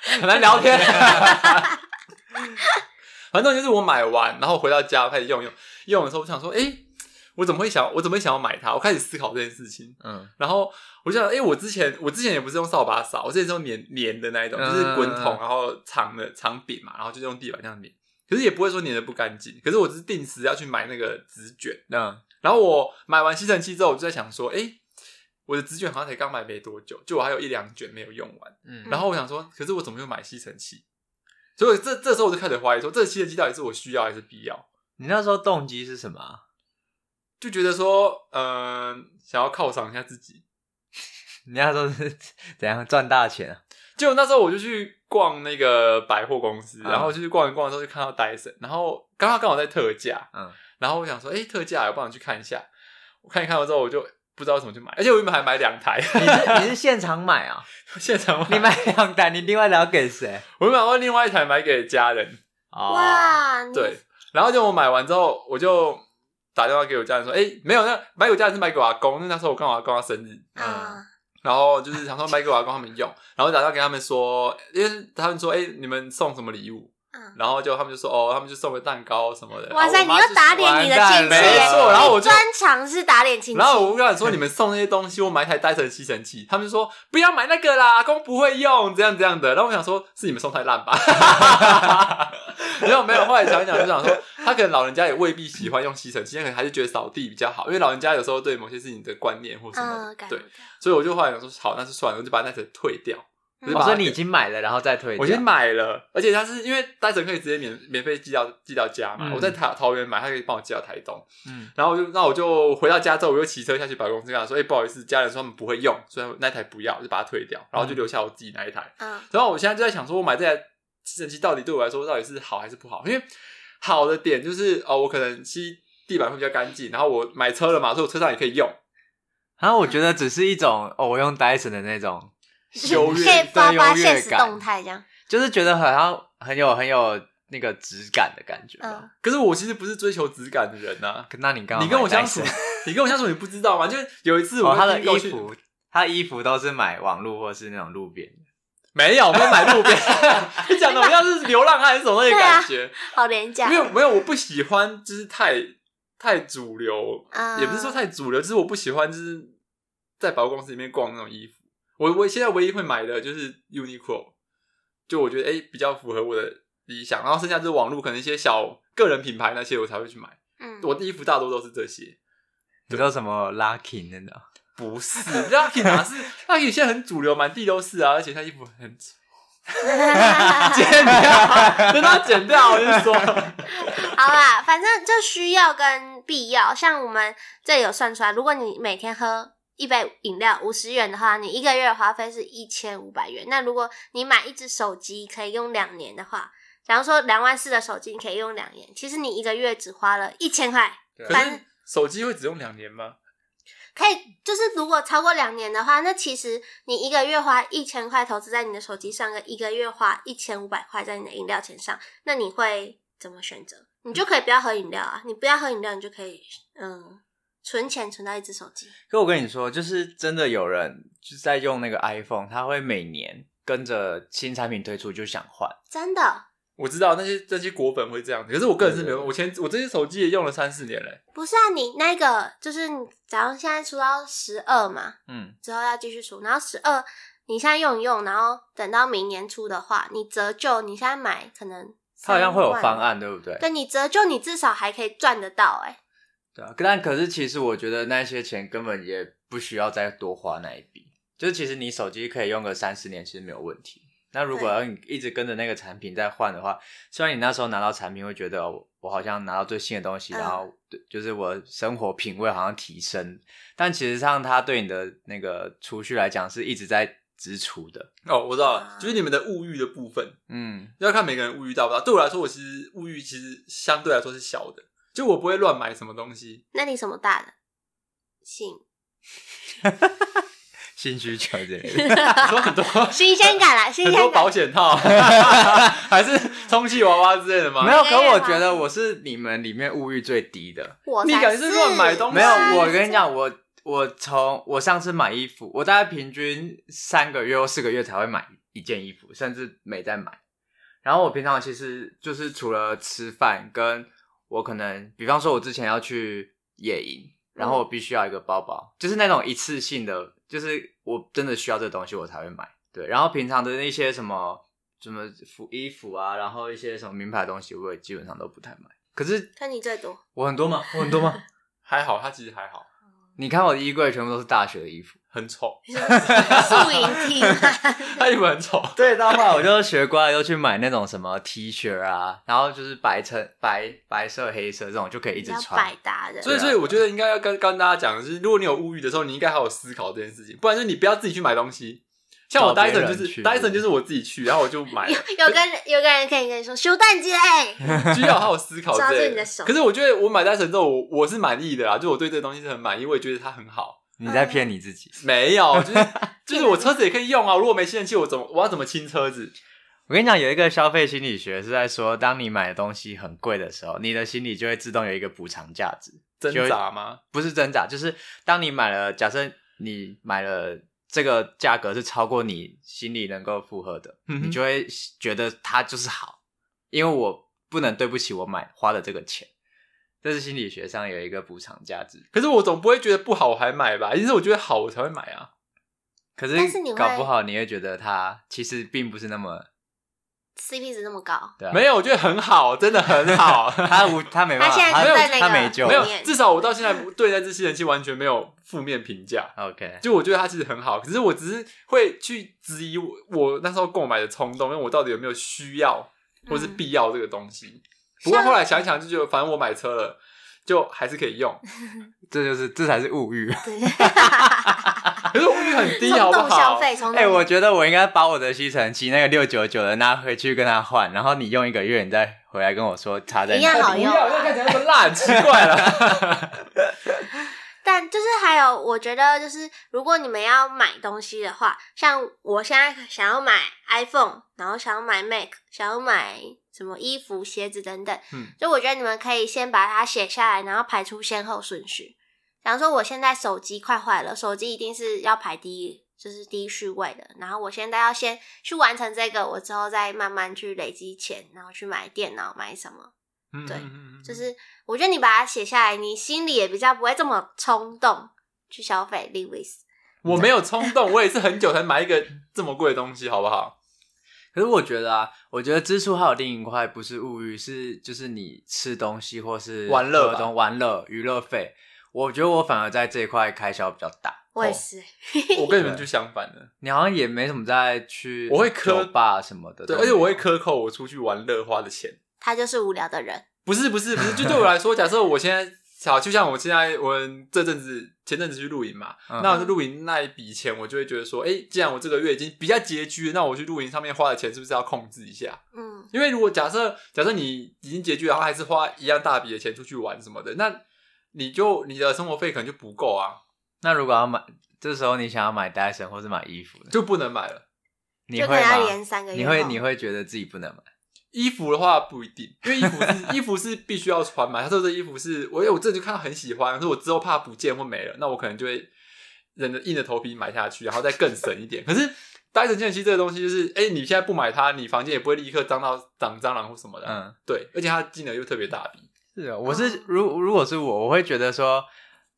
[SPEAKER 2] 很难聊天，反正就是我买完，然后回到家开始用用用的时候，我想说，哎、我怎么会想，我怎么会想要买它？我开始思考这件事情。
[SPEAKER 1] 嗯，
[SPEAKER 2] 然后我就想，哎、我之前我之前也不是用扫把扫，我之前是用粘粘的那一种，
[SPEAKER 1] 嗯
[SPEAKER 2] 就是滚筒，然后长的长柄嘛，然后就用地板这样粘。可是也不会说粘的不干净，可是我只是定时要去买那个纸卷。
[SPEAKER 1] 那
[SPEAKER 2] 然后我买完吸尘器之后，我就在想说，哎、我的纸卷好像才刚买没多久，就我还有一两卷没有用完。
[SPEAKER 1] 嗯，
[SPEAKER 2] 然后我想说，可是我怎么又买吸尘器？所以这这时候我就开始怀疑说，这个吸尘器到底是我需要还是必要？
[SPEAKER 1] 你那时候动机是什么啊？
[SPEAKER 2] 就觉得说，嗯、想要犒赏一下自己。
[SPEAKER 1] 你那时候是 [LAUGHS] 怎样赚大钱啊？
[SPEAKER 2] 结果那时候我就去逛那个百货公司，
[SPEAKER 1] 嗯
[SPEAKER 2] 然后就是逛一逛的时候就看到戴森，然后刚好刚好在特价，
[SPEAKER 1] 嗯，
[SPEAKER 2] 然后我想说，哎、特价，我帮你去看一下。我看一看了之后，我就不知道怎么去买，而且我原本还买两台， [LAUGHS]
[SPEAKER 1] 你是你是现场买啊？
[SPEAKER 2] 现场买
[SPEAKER 1] 你买两台，你另外的要给谁？
[SPEAKER 2] 我买过另外一台买给家人，
[SPEAKER 1] 哦，
[SPEAKER 3] 哇，你
[SPEAKER 2] 对，。然后就我买完之后，我就打电话给我家人说：“哎、没有，那买给我家人是买给我阿公，因为那时候我刚好阿公他生日，
[SPEAKER 3] 啊，
[SPEAKER 2] 然后就是想说买给我阿公他们用，然后打电话给他们说，因为他们说：哎、你们送什么礼物？
[SPEAKER 3] 嗯，
[SPEAKER 2] 然后就他们就说：哦，他们就送个蛋糕什么的。
[SPEAKER 3] 哇塞，
[SPEAKER 2] 然嗯
[SPEAKER 3] 你
[SPEAKER 2] 啊后我妈
[SPEAKER 3] 又
[SPEAKER 2] 就
[SPEAKER 3] 打脸你的
[SPEAKER 1] 完蛋了
[SPEAKER 3] 亲戚
[SPEAKER 2] 没
[SPEAKER 3] 耶，
[SPEAKER 2] 错，然后我就。”
[SPEAKER 3] 专长是打脸亲戚。
[SPEAKER 2] 然后我跟他说：“你们送那些东西，我买一台戴森吸尘
[SPEAKER 3] [LAUGHS]
[SPEAKER 2] 器。”他们就说：“不要买那个啦，阿公不会用，这样这样的。”然后我想说：“是你们送太烂吧？”
[SPEAKER 3] [LAUGHS]
[SPEAKER 2] 没有没有，后来想一想就想说，他可能老人家也未必喜欢用吸尘器，他可能还是觉得扫地比较好，因为老人家有时候对某些事情的观念或什么
[SPEAKER 3] 嗯，
[SPEAKER 2] 的，
[SPEAKER 3] 感觉
[SPEAKER 2] 对，所以我就后来想说：“好，那就算了，我就把那台退掉。”
[SPEAKER 3] 嗯
[SPEAKER 2] 我就
[SPEAKER 1] 我
[SPEAKER 2] 把
[SPEAKER 1] 说
[SPEAKER 2] 它
[SPEAKER 1] 你已经买了，然后再退掉。
[SPEAKER 2] 我先买了，而且它是因为戴森可以直接免免费寄到寄到家嘛，
[SPEAKER 1] 嗯
[SPEAKER 2] 我在桃桃园买，它可以帮我寄到台东。
[SPEAKER 1] 嗯，
[SPEAKER 2] 然后我就那我就回到家之后，我又骑车下去百货公司，跟他说：“哎、不好意思，家人说他们不会用，所以那台不要，我就把它退掉，然后就留下我自己那一台。
[SPEAKER 3] 嗯，
[SPEAKER 2] 然后我现在就在想说，我买这台吸尘器到底对我来说到底是好还是不好？因为好的点就是哦，我可能吸地板会比较干净，然后我买车了嘛，所以我车上也可以用。
[SPEAKER 1] 然后我觉得只是一种哦，我用 Dyson 的那种，
[SPEAKER 2] 优越
[SPEAKER 3] 可以发发
[SPEAKER 1] 对优越
[SPEAKER 3] 现实
[SPEAKER 1] 感
[SPEAKER 3] 动态这样，
[SPEAKER 1] 就是觉得好像很有很有那个质感的感觉吧。
[SPEAKER 3] 嗯，
[SPEAKER 2] 可是我其实不是追求质感的人呐、
[SPEAKER 1] 那你
[SPEAKER 2] [LAUGHS]
[SPEAKER 1] 刚
[SPEAKER 2] 你跟我相处，你跟我相处，你不知道吗？就是有一次我
[SPEAKER 1] 哦，
[SPEAKER 2] 跟
[SPEAKER 1] 他的
[SPEAKER 2] Bingo
[SPEAKER 1] 衣
[SPEAKER 2] 去
[SPEAKER 1] 服，他的衣服都是买网路或是那种路边的。
[SPEAKER 2] 没有，我没有买路边，
[SPEAKER 3] [LAUGHS]
[SPEAKER 2] 你 [LAUGHS] 讲的我像是流浪汉还是什么那个
[SPEAKER 3] 啊
[SPEAKER 2] 感觉。
[SPEAKER 3] 好廉价
[SPEAKER 2] 没。有没有，我不喜欢就是太太主流，
[SPEAKER 3] 啊
[SPEAKER 2] 也不是说太主流，就是我不喜欢就是在百货公司里面逛那种衣服。我我现在唯一会买的就是 Uniqlo，就我觉得哎、诶比较符合我的理想，然后剩下就是网络可能一些小个人品牌那些我才会去买。
[SPEAKER 3] 嗯，
[SPEAKER 2] 我的衣服大多都是这些，
[SPEAKER 1] 你说什么 Lucky 那种？
[SPEAKER 2] 不是 Lucky 哪是 Lucky 现在很主流，满地都是啊，而且他衣服很丑。剪
[SPEAKER 3] [LAUGHS]
[SPEAKER 2] 掉，等他剪掉，我就说，
[SPEAKER 3] [LAUGHS] 好啦，反正就需要跟必要。像我们这里有算出来，如果你每天喝一杯饮料五十元的话，你一个月的花费是一千五百元。那如果你买一只手机可以用两年的话，假如说两万四的手机你可以用两年，其实你一个月只花了一千块。
[SPEAKER 2] 可
[SPEAKER 3] 反
[SPEAKER 2] 是手机会只用两年吗？
[SPEAKER 3] 可以，就是如果超过两年的话，那其实你一个月花一千块投资在你的手机上，跟一个月花一千五百块在你的饮料钱上，那你会怎么选择？你就可以不要喝饮料啊，你不要喝饮料，你就可以嗯存钱存到一只手机。
[SPEAKER 1] 可我跟你说，就是真的有人就是在用那个 iPhone，他会每年跟着新产品推出就想换。
[SPEAKER 3] 真的，
[SPEAKER 2] 我知道那些那些果粉会这样，可是我个人是没有，我前我这些手机也用了三四年嘞、
[SPEAKER 3] 不是啊，你那个就是你，假如现在出到十二嘛，
[SPEAKER 1] 嗯，
[SPEAKER 3] 之后要继续出，然后十二你现在用一用，然后等到明年出的话，你折旧，你现在买可能
[SPEAKER 1] 它好像会有
[SPEAKER 3] 3万
[SPEAKER 1] 方，案，对不对？
[SPEAKER 3] 对你折旧，你至少还可以赚得到、哎，
[SPEAKER 1] 对啊，但可是其实我觉得那些钱根本也不需要再多花那一笔，就是其实你手机可以用个三十年，其实没有问题。那如果
[SPEAKER 3] 对
[SPEAKER 1] 要你一直跟着那个产品在换的话，虽然你那时候拿到产品会觉得哦我好像拿到最新的东西，
[SPEAKER 3] 嗯
[SPEAKER 1] 然后对就是我生活品味好像提升，但其实上它对你的那个储蓄来讲是一直在支出的。
[SPEAKER 2] 哦，我知道了
[SPEAKER 3] 啊，
[SPEAKER 2] 就是你们的物欲的部分，
[SPEAKER 1] 嗯，
[SPEAKER 2] 要看每个人物欲大不大。对我来说，我其实物欲其实相对来说是小的，就我不会乱买什么东西。
[SPEAKER 3] 那你什么大的？性
[SPEAKER 1] 新需求之类
[SPEAKER 3] [LAUGHS]
[SPEAKER 1] 的。
[SPEAKER 2] 说很多很
[SPEAKER 3] 新鲜感啦，新
[SPEAKER 2] 多
[SPEAKER 3] 鲜
[SPEAKER 2] 保
[SPEAKER 3] 感。
[SPEAKER 2] 险套， [LAUGHS] 还是充气娃娃之类的吗？
[SPEAKER 1] 没有，
[SPEAKER 3] 应
[SPEAKER 1] 可
[SPEAKER 3] 该
[SPEAKER 1] 我
[SPEAKER 3] 吧
[SPEAKER 1] 觉得我是你们里面物欲最低的。
[SPEAKER 3] 我
[SPEAKER 2] 你
[SPEAKER 3] 才
[SPEAKER 2] 感觉是乱买东西
[SPEAKER 1] 没有，
[SPEAKER 2] 啊
[SPEAKER 1] 我跟你，讲，我我从我上次买衣服，我大概平均三个月或四个月才会买一件衣服，甚至没在买。然后我平常其实就是除了吃饭，跟我可能，比方说，我之前要去野营，然后我必须要一个包包，就是那种一次性的，就是我真的需要这东西我才会买。对，然后平常的那些什么什么服衣服啊，然后一些什么名牌的东西，我也基本上都不太买。可是
[SPEAKER 3] 看你
[SPEAKER 1] [LAUGHS]
[SPEAKER 3] 最多，
[SPEAKER 1] 我很多吗？我很多吗？
[SPEAKER 2] 还好，它其实还好，
[SPEAKER 1] 你看我的衣柜全部都是大学的衣服，
[SPEAKER 2] 很丑，
[SPEAKER 3] 素影体嘛。
[SPEAKER 2] 它衣服很丑。
[SPEAKER 1] 对，啊到后来我就 [LAUGHS] 学乖了，又去买那种什么 T 恤啊，然后就是白衬、白白色、黑色这种就可以一
[SPEAKER 3] 比
[SPEAKER 1] 直
[SPEAKER 3] 较百
[SPEAKER 1] 穿。
[SPEAKER 3] 搭人，
[SPEAKER 2] [LAUGHS] 所以，所以我觉得应该要跟跟大家讲的是，如果你有物欲的时候，你应该好好思考这件事情，不然就是你不要自己去买东西。像我
[SPEAKER 1] 找别
[SPEAKER 2] Dyson
[SPEAKER 1] 人
[SPEAKER 2] 就是
[SPEAKER 1] 去
[SPEAKER 2] Dyson 就是我自己去，然后我就买了
[SPEAKER 3] 有，有个人有个人可以跟你说修蛋机哎，
[SPEAKER 2] [LAUGHS] 需要好好思考
[SPEAKER 3] 抓住
[SPEAKER 2] 这
[SPEAKER 3] 你的手
[SPEAKER 2] 可是我觉得我买 Dyson 之后，我我是满意的啊啦，就我对这个东西是很满意，我也觉得它很好。
[SPEAKER 1] 你在骗你自己。
[SPEAKER 2] 没有，
[SPEAKER 3] [LAUGHS]
[SPEAKER 2] 就是就是我车子也可以用啊，如果没吸尘器，我怎么我要怎么清车子？
[SPEAKER 1] 我跟你讲，有一个消费心理学是在说，当你买的东西很贵的时候，你的心理就会自动有一个补偿价值，
[SPEAKER 2] 挣
[SPEAKER 1] 就会
[SPEAKER 2] 扎吗？
[SPEAKER 1] 不是挣扎，就是当你买了，假设你买了这个价格是超过你心里能够负荷的，
[SPEAKER 2] 嗯哼
[SPEAKER 1] 你就会觉得它就是好，因为我不能对不起我买花的这个钱，这是心理学上有一个补偿价值。
[SPEAKER 2] 可是我总不会觉得不好我还买吧，一定是我觉得好我才会买啊。
[SPEAKER 1] 可是
[SPEAKER 3] 但是你会
[SPEAKER 1] 搞不好你会觉得它其实并不是那么
[SPEAKER 3] [LAUGHS] CP 值那么高，
[SPEAKER 1] 对啊、
[SPEAKER 2] 没有，我觉得很好，真的很
[SPEAKER 1] [LAUGHS]
[SPEAKER 2] 好。
[SPEAKER 1] 它无它没办法，
[SPEAKER 3] 它现在
[SPEAKER 1] 它
[SPEAKER 3] 就在那个
[SPEAKER 1] 它没救，
[SPEAKER 2] 没有
[SPEAKER 3] 里面，
[SPEAKER 2] 至少我到现在对那只吸尘器完全没有负面评价。
[SPEAKER 1] OK，
[SPEAKER 2] 就我觉得它其实很好，可是我只是会去质疑我我那时候购买的冲动，因为我到底有没有需要或是必要这个东西。不过
[SPEAKER 3] 嗯像
[SPEAKER 2] 后来想一想，就觉得反正我买车了，就还是可以
[SPEAKER 3] [LAUGHS]
[SPEAKER 2] 用。
[SPEAKER 1] 这就是这才是物欲。
[SPEAKER 3] 对，
[SPEAKER 2] 可是我物欲很 [LAUGHS] 低，好
[SPEAKER 3] 冲
[SPEAKER 2] 不
[SPEAKER 3] 动消
[SPEAKER 2] 好？
[SPEAKER 3] 费，冲动。
[SPEAKER 1] 哎、我觉得我应该把我的吸尘器那个六九九的拿回去跟他换，然后你用一个月，你再回来跟我说差在
[SPEAKER 3] 一
[SPEAKER 1] 哪
[SPEAKER 3] 样
[SPEAKER 1] 里。
[SPEAKER 3] 好
[SPEAKER 2] 不
[SPEAKER 3] 用啊
[SPEAKER 2] 要，要看起来那么烂，奇怪了。
[SPEAKER 3] [LAUGHS] 但就是还有，我觉得就是如果你们要买东西的话，像我现在想要买 iPhone，然后想要买 Mac，想要买什么衣服、鞋子等等，
[SPEAKER 2] 嗯，
[SPEAKER 3] 就我觉得你们可以先把它写下来，然后排出先后顺序。比方说，我现在手机快坏了，手机一定是要排第一，就是第一序位的。然后我现在要先去完成这个，我之后再慢慢去累积钱，然后去买电脑、买什么。
[SPEAKER 2] 嗯
[SPEAKER 3] 对
[SPEAKER 2] 嗯嗯嗯
[SPEAKER 3] 就是我觉得你把它写下来，你心里也比较不会这么冲动去消费。Lewis，
[SPEAKER 2] 我没有冲动，我也是很久才买一个这么贵的东西，好不好？
[SPEAKER 1] 可是我觉得啊，我觉得支出还有另一块不是物欲，是就是你吃东西或是
[SPEAKER 2] 玩乐吧
[SPEAKER 1] 活动、玩乐、娱乐费。我觉得我反而在这一块开销比较大。
[SPEAKER 3] 我也是，
[SPEAKER 2] 我跟你们就相反
[SPEAKER 3] [LAUGHS]
[SPEAKER 2] 了。
[SPEAKER 1] 你好像也没怎么在去，
[SPEAKER 2] 我会磕
[SPEAKER 1] 吧什么的，
[SPEAKER 2] 对，
[SPEAKER 1] 都
[SPEAKER 2] 而且我
[SPEAKER 1] 没
[SPEAKER 2] 会
[SPEAKER 1] 有
[SPEAKER 2] 克扣我出去玩乐花的钱。
[SPEAKER 3] 他就是无聊的人。
[SPEAKER 2] 不是不是不是，就对我来说，假设我现在好，就像我现在我这阵子前阵子去露营嘛，
[SPEAKER 1] 嗯
[SPEAKER 2] 那我露营那一笔钱，我就会觉得说，哎、既然我这个月已经比较拮据了，那我去露营上面花的钱是不是要控制一下？
[SPEAKER 3] 嗯，
[SPEAKER 2] 因为如果假设假设你已经拮据，然后还是花一样大笔的钱出去玩什么的，那你就你的生活费可能就不够啊，
[SPEAKER 1] 那如果要买，这时候你想要买 Dyson 或是买衣服呢，
[SPEAKER 2] 就不能买了。
[SPEAKER 1] 你
[SPEAKER 3] 就
[SPEAKER 1] 会
[SPEAKER 3] 可能要
[SPEAKER 1] 吗？
[SPEAKER 3] 连三个月
[SPEAKER 1] 你会
[SPEAKER 3] 后
[SPEAKER 1] 你会觉得自己不能买？
[SPEAKER 2] 衣服的话不一定，因为衣服是衣服是必须要穿嘛。他说这衣服是我，我这就看到很喜欢，可是我之后
[SPEAKER 1] [LAUGHS]
[SPEAKER 2] 怕不见或没了，那我可能就会忍着硬着头皮买下去，然后再更省一点。可是单程吸尘器这个东西就是，哎、你现在不买它，你房间也不会立刻脏到长蟑螂或什么的。
[SPEAKER 1] 嗯，
[SPEAKER 2] 对，啊而且它金额又特别大笔。
[SPEAKER 1] 是啊，我
[SPEAKER 2] 嗯
[SPEAKER 1] 是如如果是我，我会觉得说，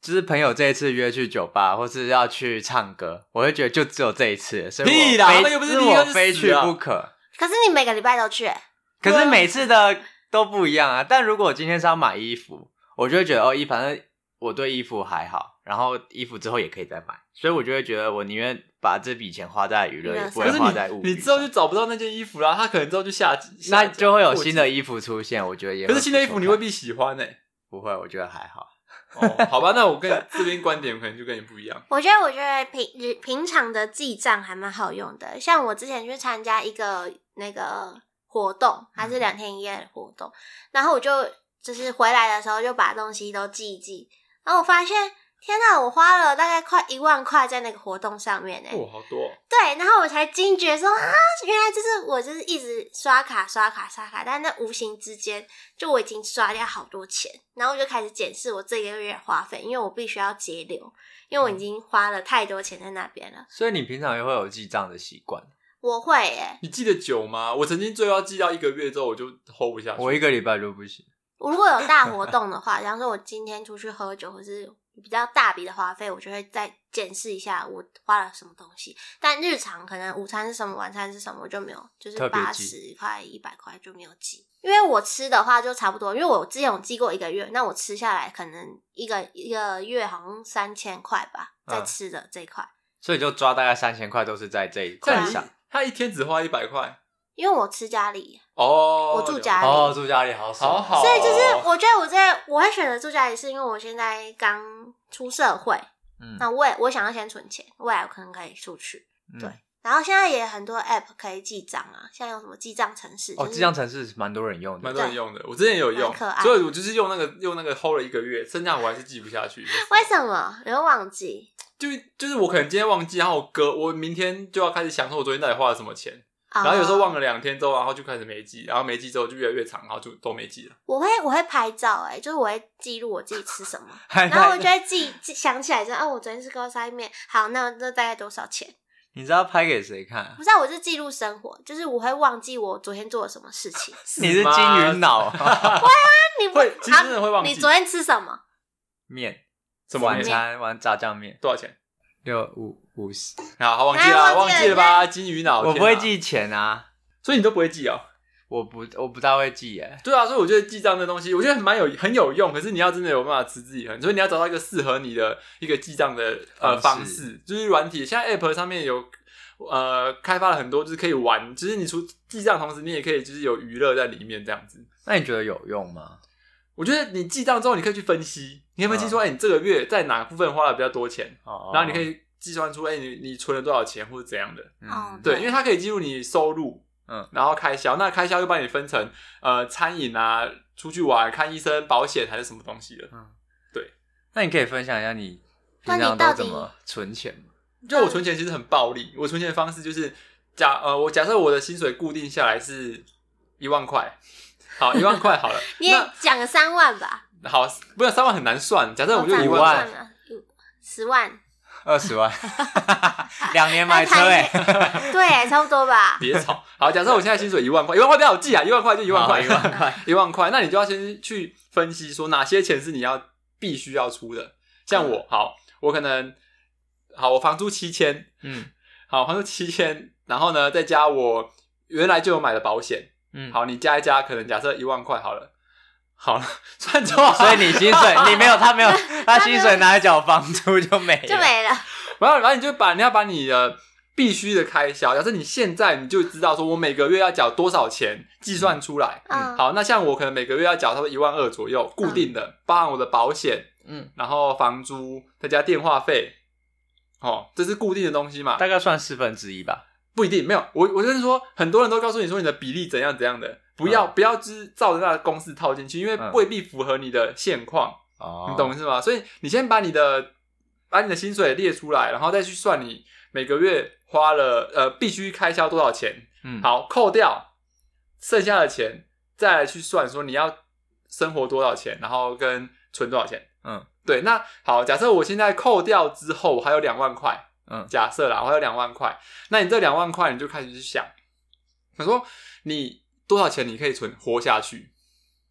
[SPEAKER 1] 就是朋友这一次约去酒吧，或是要去唱歌，我会觉得就只有这一次，所以我
[SPEAKER 2] 屁啦
[SPEAKER 1] 非
[SPEAKER 2] 那又不是
[SPEAKER 1] 是
[SPEAKER 2] 立刻
[SPEAKER 1] 我
[SPEAKER 2] 就
[SPEAKER 1] 非
[SPEAKER 2] 死啊
[SPEAKER 1] 去
[SPEAKER 2] 了
[SPEAKER 1] 不可。
[SPEAKER 3] 可是你每个礼拜都去、欸，
[SPEAKER 1] 可是每次的都不一样啊。但如果我今天是要买衣服，我就会觉得哦，衣反正我对衣服还好，然后衣服之后也可以再买，所以我就会觉得我宁愿把这笔钱花在娱乐，
[SPEAKER 3] 娱乐
[SPEAKER 1] 也不会
[SPEAKER 3] 对
[SPEAKER 2] 可
[SPEAKER 3] 上
[SPEAKER 2] 是
[SPEAKER 1] 花在物
[SPEAKER 2] 你
[SPEAKER 1] 欲
[SPEAKER 2] 你之后
[SPEAKER 1] 上
[SPEAKER 2] 就找不到那件衣服啦，它可能之后就下
[SPEAKER 1] 那就会有新的
[SPEAKER 2] 衣
[SPEAKER 1] 衣服出现，我觉得也
[SPEAKER 2] 服。可
[SPEAKER 1] 会
[SPEAKER 2] 是新的衣
[SPEAKER 1] 不
[SPEAKER 2] 服
[SPEAKER 1] 错
[SPEAKER 2] 你未
[SPEAKER 1] 看
[SPEAKER 2] 必喜欢呢、
[SPEAKER 1] 不会，我觉得还好。
[SPEAKER 2] 哦，好吧，那我跟你这边观点可能就跟你不一
[SPEAKER 1] [LAUGHS]
[SPEAKER 2] 样。
[SPEAKER 3] 我觉得，我觉得平日平常的记账还蛮好用的。像我之前去参加一个那个活动，还
[SPEAKER 1] 嗯
[SPEAKER 3] 是两天一夜的活动，然后我就就是回来的时候就把东西都记一记，然后我发现，天呐，我花了大概快一万块在那个活动上面呢、欸
[SPEAKER 2] 哇、好多哦、
[SPEAKER 3] 对，然后我才惊觉说啊，原来就是我就是一直刷卡刷卡刷卡，但那无形之间就我已经刷掉好多钱，然后我就开始检视我这个月的花费，因为我必须要节流，因为我已经花了太多钱在那边了。
[SPEAKER 1] 所以你平常也会有记账的习惯？
[SPEAKER 3] 我会耶、
[SPEAKER 2] 你记得久吗？我曾经最后要记到一个月之后，我就 hold 不下去。
[SPEAKER 1] 我一个礼拜就不行。
[SPEAKER 3] 我如果有大活动的话，比 [LAUGHS] 方说我今天出去喝酒或是比较大笔的花费，我就会再检视一下我花了什么东西。但日常可能午餐是什么，晚餐是什么，我就没有，就是
[SPEAKER 1] 特别
[SPEAKER 3] 八
[SPEAKER 1] 记
[SPEAKER 3] 十块、一百块就没有记。因为我吃的话就差不多，因为我之前有记过一个月，那我吃下来可能一个一个月好像三千块吧，在
[SPEAKER 1] 嗯
[SPEAKER 3] 吃的这一块。
[SPEAKER 1] 所以就抓大概三千块，都是在这一
[SPEAKER 2] 这
[SPEAKER 1] 块
[SPEAKER 2] 样
[SPEAKER 3] 对
[SPEAKER 1] 上
[SPEAKER 2] 你。他一天只花一百块
[SPEAKER 3] 因为我吃家里，
[SPEAKER 2] 哦。
[SPEAKER 3] 我住家里
[SPEAKER 1] 哦，住家里好
[SPEAKER 2] 好
[SPEAKER 1] 爽，
[SPEAKER 2] 好
[SPEAKER 3] 所以就是
[SPEAKER 2] 哦
[SPEAKER 3] 我觉得我在我会选择住家里，是因为我现在刚出社会，
[SPEAKER 1] 嗯
[SPEAKER 3] 那我也我想要先存钱，未来我可能可以出去。
[SPEAKER 1] 嗯
[SPEAKER 3] 对然后现在也很多 app 可以记账啊，现在有什么记账程式？
[SPEAKER 1] 哦，
[SPEAKER 3] 就是
[SPEAKER 1] 记账城市蛮多人用的
[SPEAKER 2] 蛮。多人用的，我之前也有用
[SPEAKER 3] 蛮可，爱
[SPEAKER 2] 所以我就是用那个用那个 hold 了一个月，剩下我还是记不下去。
[SPEAKER 3] 为什么你会忘记？
[SPEAKER 2] 就就是我可能今天忘记，然后我隔我明天就要开始想说我昨天到底花了什么钱，然后有时候
[SPEAKER 3] 哦
[SPEAKER 2] 忘了两天之后，然后就开始没记，然后没记之后就越来越长，然后就都没记了。
[SPEAKER 3] 我会我会拍照、欸，哎，就是我会记录我自己吃什么，
[SPEAKER 2] 哎
[SPEAKER 1] 然
[SPEAKER 3] 然后我就会记记想起来说，哦，我昨天吃高沙面，好，那那大概多少钱？
[SPEAKER 1] 你知道拍给谁看啊
[SPEAKER 3] 不？是、啊，我是记录生活，就是我会忘记我昨天做了什么
[SPEAKER 2] [LAUGHS]
[SPEAKER 3] 事情。
[SPEAKER 1] 你是金鱼 [LAUGHS] 脑啊
[SPEAKER 3] 那你不
[SPEAKER 2] 会，其实真
[SPEAKER 3] 啊，
[SPEAKER 2] 的会忘记。
[SPEAKER 3] 你昨天吃什么？
[SPEAKER 1] 面，
[SPEAKER 2] 什么
[SPEAKER 1] 晚
[SPEAKER 2] 面
[SPEAKER 1] 餐玩炸酱面
[SPEAKER 2] 多少钱？
[SPEAKER 1] 六五五十，
[SPEAKER 2] 啊，好忘记了，
[SPEAKER 3] 哎
[SPEAKER 2] 忘
[SPEAKER 3] 忘记了
[SPEAKER 2] 记了吧？金鱼脑，
[SPEAKER 1] 我不
[SPEAKER 2] 天哪
[SPEAKER 1] 会，记钱啊，
[SPEAKER 2] 所以你都不会记哦。
[SPEAKER 1] 我不我不大会记耶。
[SPEAKER 2] 对啊，所以我觉得记账这东西，我觉得蛮有很有用，可是你要真的有办法持之以恒，所以你要找到一个适合你的一个记账的呃方
[SPEAKER 1] 方式
[SPEAKER 2] 式，就是软体，现在 App 上面有呃开发了很多，就是可以玩，就是你除记账同时，你也可以就是有娱乐在里面这样子。
[SPEAKER 1] 那你觉得有用吗？
[SPEAKER 2] 我觉得你记账之后，你可以去分析，你可以分析说，哎、你这个月在哪部分花了比较多钱，
[SPEAKER 1] 哦
[SPEAKER 2] 然后你可以计算出，哎、你你存了多少钱或者怎样的。
[SPEAKER 1] 嗯
[SPEAKER 3] 对
[SPEAKER 2] 对，因为它可以记录你收入，
[SPEAKER 1] 嗯，
[SPEAKER 2] 然后开销，那开销又帮你分成呃餐饮啊、出去玩、看医生、保险还是什么东西的。
[SPEAKER 1] 嗯那你可以分享一下你
[SPEAKER 3] 那
[SPEAKER 1] 平
[SPEAKER 3] 你
[SPEAKER 1] 常
[SPEAKER 3] 到
[SPEAKER 1] 都
[SPEAKER 3] 底，
[SPEAKER 1] 怎么存钱吗？
[SPEAKER 2] 就我存钱其实很暴力，我存钱的方式就是假呃，我假设我的薪水固定下来是一万块，好，一万块
[SPEAKER 1] [LAUGHS]
[SPEAKER 2] 好了
[SPEAKER 3] 你也讲个三万吧，
[SPEAKER 2] 那好，不是三万很难算，假设我就
[SPEAKER 3] 哦
[SPEAKER 2] 一
[SPEAKER 1] 五
[SPEAKER 2] 万
[SPEAKER 1] 万
[SPEAKER 3] 算了，嗯十万，
[SPEAKER 1] 二十
[SPEAKER 3] [LAUGHS]
[SPEAKER 1] 万，两年买车哎，
[SPEAKER 3] 对，差不
[SPEAKER 2] [LAUGHS]
[SPEAKER 3] 多吧。
[SPEAKER 2] 别吵。好，假设我现在薪水一万块，一万块比较好记啊，一万块就一万块，
[SPEAKER 1] 好一万块，
[SPEAKER 2] 一万块。那你就要先去分析说哪些钱是你要必须要出的。像我，好，我可能好，我房租七千，
[SPEAKER 1] 嗯
[SPEAKER 2] 好，房租七千，然后呢再加我原来就有买的保险，
[SPEAKER 1] 嗯，
[SPEAKER 2] 好，你加一加，可能假设一万块好了，好了，算错了，
[SPEAKER 1] [LAUGHS] 所以你薪
[SPEAKER 3] [LAUGHS]
[SPEAKER 1] 水你没有他没有他薪水拿来缴房租就没
[SPEAKER 3] [LAUGHS] 就
[SPEAKER 1] 了
[SPEAKER 3] 没了。
[SPEAKER 2] 然后，然后你就把你要把你的必须的开销，假设你现在你就知道说我每个月要缴多少钱，计算出来。
[SPEAKER 3] 嗯
[SPEAKER 2] 好，那像我可能每个月要缴差不多一万二左右，固定的，包含我的保险，
[SPEAKER 1] 嗯，
[SPEAKER 2] 然后房租，再加电话费。哦，这是固定的东西嘛？
[SPEAKER 1] 大概算四分之一吧。
[SPEAKER 2] 不一定，没有。我我就是说，很多人都告诉你说你的比例怎样怎样的，不要、不要只照着那个公式套进去，因为
[SPEAKER 1] 嗯
[SPEAKER 2] 未必符合你的现况。
[SPEAKER 1] 哦
[SPEAKER 2] 你懂意思吗？所以你先把你的把你的薪水列出来，然后再去算你每个月花了呃必须开销多少钱，
[SPEAKER 1] 嗯，
[SPEAKER 2] 好扣掉剩下的钱，再来去算说你要生活多少钱，然后跟存多少钱。
[SPEAKER 1] 嗯，
[SPEAKER 2] 对。那好，假设我现在扣掉之后我还有两万块，
[SPEAKER 1] 嗯
[SPEAKER 2] 假设啦，我还有两万块，那你这两万块你就开始去想，我说你多少钱你可以存活下去，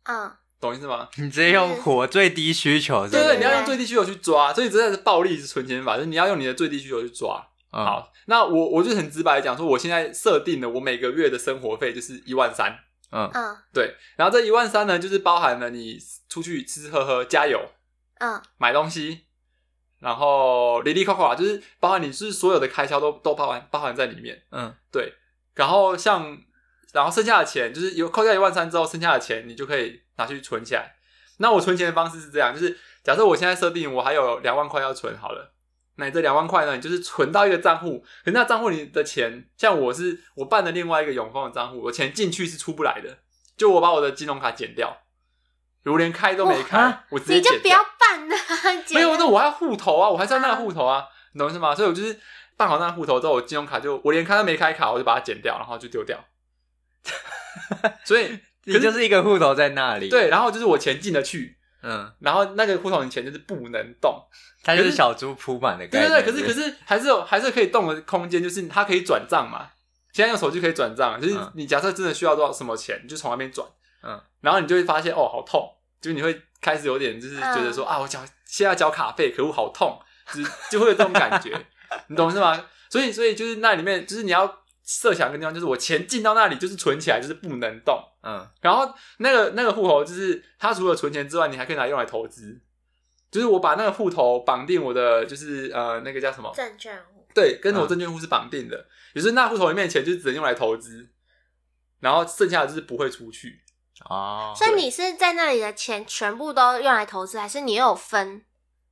[SPEAKER 3] 嗯，
[SPEAKER 2] 懂意思吗？
[SPEAKER 1] 你直接用火最低需求，
[SPEAKER 2] 对
[SPEAKER 1] 不
[SPEAKER 2] 对，
[SPEAKER 1] 对，
[SPEAKER 2] 你要用最低需求去抓，所以这才是暴力存钱法，就是你要用你的最低需求去抓。
[SPEAKER 1] 嗯，
[SPEAKER 2] 好，那我我就很直白地讲说，我现在设定的我每个月的生活费就是一万三，
[SPEAKER 1] 嗯
[SPEAKER 3] 嗯
[SPEAKER 2] 对，然后这一万三呢，就是包含了你出去吃吃喝喝、加油、
[SPEAKER 3] 嗯
[SPEAKER 2] 买东西，然后里里扣扣啊，就是包含你是所有的开销都都包含包含在里面。
[SPEAKER 1] 嗯
[SPEAKER 2] 对，然后像然后剩下的钱，就是有扣掉一万三之后，剩下的钱你就可以拿去存起来。那我存钱的方式是这样，就是假设我现在设定我还有两万块要存好了，那你这两万块呢，你就是存到一个账户，可是那账户里的钱，像我是我办的另外一个永丰的账户，我钱进去是出不来的，就我把我的金融卡剪掉，我连开都没开，
[SPEAKER 1] 哇啊
[SPEAKER 2] 我直接
[SPEAKER 3] 你就
[SPEAKER 2] 剪
[SPEAKER 3] 不
[SPEAKER 2] 掉
[SPEAKER 3] 要。办了， [LAUGHS] 姐
[SPEAKER 2] 没有，那我还要户头啊，我还是要那个户头啊，你懂我意思吗？所以我就是办好那个户头之后，我金融卡就我连开都没开卡，我就把它剪掉，然后就丢
[SPEAKER 1] [LAUGHS]
[SPEAKER 2] 掉。所以
[SPEAKER 1] 你就是一个户头在那里，，
[SPEAKER 2] 对，然后就是我钱进得去，
[SPEAKER 1] 嗯，
[SPEAKER 2] 然后那个户头的钱就是不能动。
[SPEAKER 1] 它就
[SPEAKER 2] 可
[SPEAKER 1] 是
[SPEAKER 2] 是
[SPEAKER 1] 小猪铺满的概
[SPEAKER 2] 对
[SPEAKER 1] 念，
[SPEAKER 2] 对对，可是
[SPEAKER 1] 不
[SPEAKER 2] 可是还是有还是可以动的空间，就是它可以转账嘛。现在用手机可以转账，就是
[SPEAKER 1] 嗯
[SPEAKER 2] 你假设真的需要多少什么钱，你就从那边转，
[SPEAKER 1] 嗯，
[SPEAKER 2] 然后你就会发现哦，好痛，就是你会开始有点就是觉得说、啊，我缴现在要缴卡费，可恶，好痛，就是就会有这种感
[SPEAKER 1] [LAUGHS]
[SPEAKER 2] 觉，你懂是吗？所以所以就是那里面就是你要设想一个地方，就是我钱进到那里就是存起来，就是不能动，
[SPEAKER 1] 嗯
[SPEAKER 2] 然后那个那个户头就是它除了存钱之外，你还可以拿用来投资。就是我把那个户头绑定我的，就是呃那个叫什么？
[SPEAKER 3] 证券户，
[SPEAKER 2] 对，跟我
[SPEAKER 1] 嗯
[SPEAKER 2] 证券户是绑定的，也就是那户头里面的钱就只能用来投资，然后剩下的就是不会出去。
[SPEAKER 1] 哦，
[SPEAKER 3] 所以你是在那里的钱全部都用来投资，还是你有分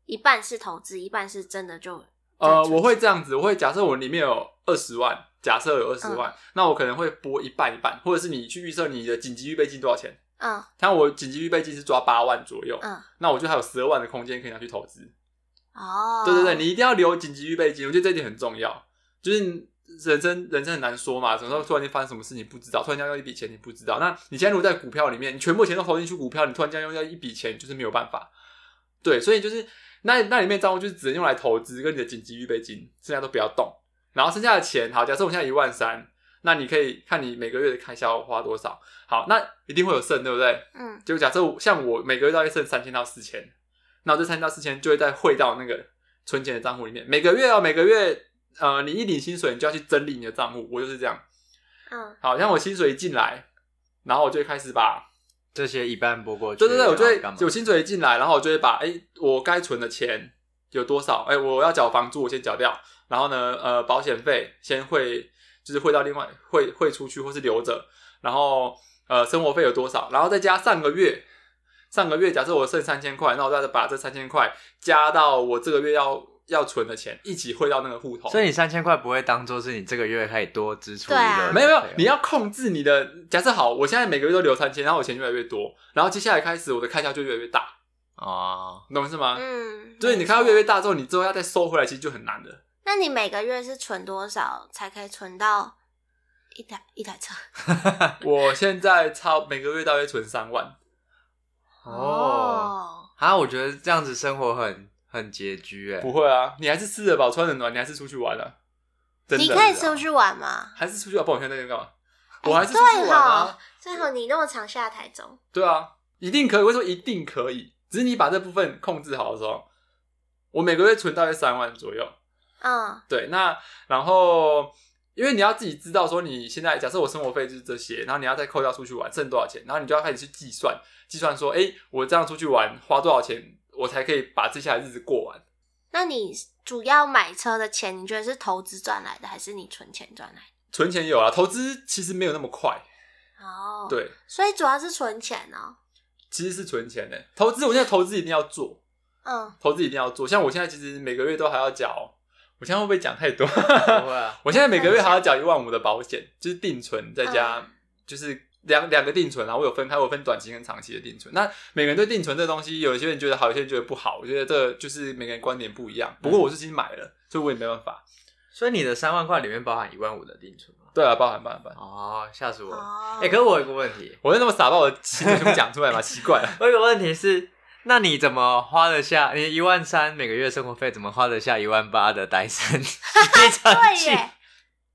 [SPEAKER 3] 一半是投资，一半是真的就
[SPEAKER 2] 呃，
[SPEAKER 3] 再存
[SPEAKER 2] 我会这样子，我会假设我里面有二十万，假设有二
[SPEAKER 3] 嗯
[SPEAKER 2] 十万，那我可能会拨一半一半，或者是你去预测你的紧急预备金多少钱。
[SPEAKER 3] 嗯
[SPEAKER 2] 像我紧急预备金是抓八万左右，
[SPEAKER 3] 嗯
[SPEAKER 2] 那我就还有十二万的空间可以拿去投资。
[SPEAKER 3] 哦，
[SPEAKER 2] 对对对，你一定要留紧急预备金，我觉得这一点很重要。就是人生人生很难说嘛，什么时候突然间发生什么事你不知道，突然间要一笔钱你不知道。那你现在如果在股票里面，你全部钱都投进去股票，你突然间用掉一笔钱，你就是没有办法。对，所以就是那那里面账户就是只能用来投资跟你的紧急预备金，剩下都不要动。然后剩下的钱，好，假设我现在一万三，那你可以看你每个月的开销花多少。好，那一定会有剩，对不对？
[SPEAKER 3] 嗯
[SPEAKER 2] 就假设我像我每个月大概剩三千到四千，那我这三千到四千就会再汇到那个存钱的账户里面。每个月哦，每个月，呃，你一领薪水，你就要去整理你的账户。我就是这样，
[SPEAKER 3] 嗯
[SPEAKER 2] 好像我薪水一进来，然后我就会开始把，
[SPEAKER 1] 这些一半拨过去，
[SPEAKER 2] 对对对，我就
[SPEAKER 1] 然
[SPEAKER 2] 会
[SPEAKER 1] 后干嘛
[SPEAKER 2] 有薪水一进来，然后我就会把，哎、我该存的钱有多少？哎、我要缴房租，我先缴掉，然后呢，呃，保险费先汇，就是汇到另外汇汇出去，或是留着，然后呃生活费有多少，然后再加上个月，上个月假设我剩三千块，那我再把这三千块加到我这个月要要存的钱，一起汇到那个户头。
[SPEAKER 1] 所以你三千块不会当做是你这个月可以多支出一
[SPEAKER 3] 对啊
[SPEAKER 1] 个，
[SPEAKER 2] 没有没有，你要控制你的。假设好，我现在每个月都留三千，然后我钱越来越多，然后接下来开始我的开销就越来越大，
[SPEAKER 1] 哦，
[SPEAKER 2] 你懂我意思吗？
[SPEAKER 3] 嗯，
[SPEAKER 2] 所以你
[SPEAKER 3] 没
[SPEAKER 2] 开销
[SPEAKER 3] 错
[SPEAKER 2] 越来越大之后，你之后要再收回来，其实就很难 [LAUGHS] 了。
[SPEAKER 3] 那你每个月是存多少才可以存到一台一台车？
[SPEAKER 2] 我现在超每个月大约存三万，
[SPEAKER 1] 哦，啊，我觉得这样子生活很很拮据
[SPEAKER 2] [LAUGHS]
[SPEAKER 1] 哎
[SPEAKER 2] 不，会啊，你还是吃得饱穿得暖，你还是出去玩了、啊。真的啊
[SPEAKER 3] 你可以出去玩吗？
[SPEAKER 2] 还是出去玩？不然我现在在干嘛？
[SPEAKER 3] 哎
[SPEAKER 2] 我还是出去玩啊。
[SPEAKER 3] 最好你那么常下台中，
[SPEAKER 2] 对啊，一定可以，为什么一定可以？只是你把这部分控制好的时候，我每个月存大约三万左右。
[SPEAKER 3] 嗯
[SPEAKER 2] 对，那然后因为你要自己知道说你现在假设我生活费就是这些，然后你要再扣掉出去玩剩多少钱，然后你就要开始去计算，计算说，哎，我这样出去玩花多少钱，我才可以把接下来的日子过完。
[SPEAKER 3] 那你主要买车的钱，你觉得是投资赚来的，还是你存钱赚来
[SPEAKER 2] 存钱有啊，投资其实没有那么快，
[SPEAKER 3] 的？哦，，
[SPEAKER 2] 对，
[SPEAKER 3] 所以主要是存钱哦。
[SPEAKER 2] 其实是存钱的。投资我现在投资一定要做，
[SPEAKER 3] 嗯，
[SPEAKER 2] 投资一定要做。像我现在其实每个月都还要缴，我现在会不会讲太多？
[SPEAKER 1] 不会
[SPEAKER 2] [LAUGHS]
[SPEAKER 1] 啊，
[SPEAKER 2] 我现在每个月还要缴一万五的保险，就是定存再加、
[SPEAKER 3] 嗯
[SPEAKER 2] 就是两两个定存，然后我有分开，我有分短期跟长期的定存。那每个人对定存这东西，有一些人觉得好，有些人觉得不好。我觉得这就是每个人观点不一样。不过我是已经买了，所以我也没办法。
[SPEAKER 1] 所以你的三万块里面包含一万五的定存吗？
[SPEAKER 2] 对啊，包含包含包含。
[SPEAKER 1] 哦，吓死我了！
[SPEAKER 3] 哦
[SPEAKER 1] 哎、可是我有个问题，
[SPEAKER 2] [LAUGHS] 我是那么傻，把我的心里全部讲出来嘛？奇怪了。
[SPEAKER 1] 我有个问题是，那你怎么花得下？你一万三每个月生活费，怎么花得下一万八的戴森吸尘
[SPEAKER 3] 啊对
[SPEAKER 1] 器？
[SPEAKER 3] 耶，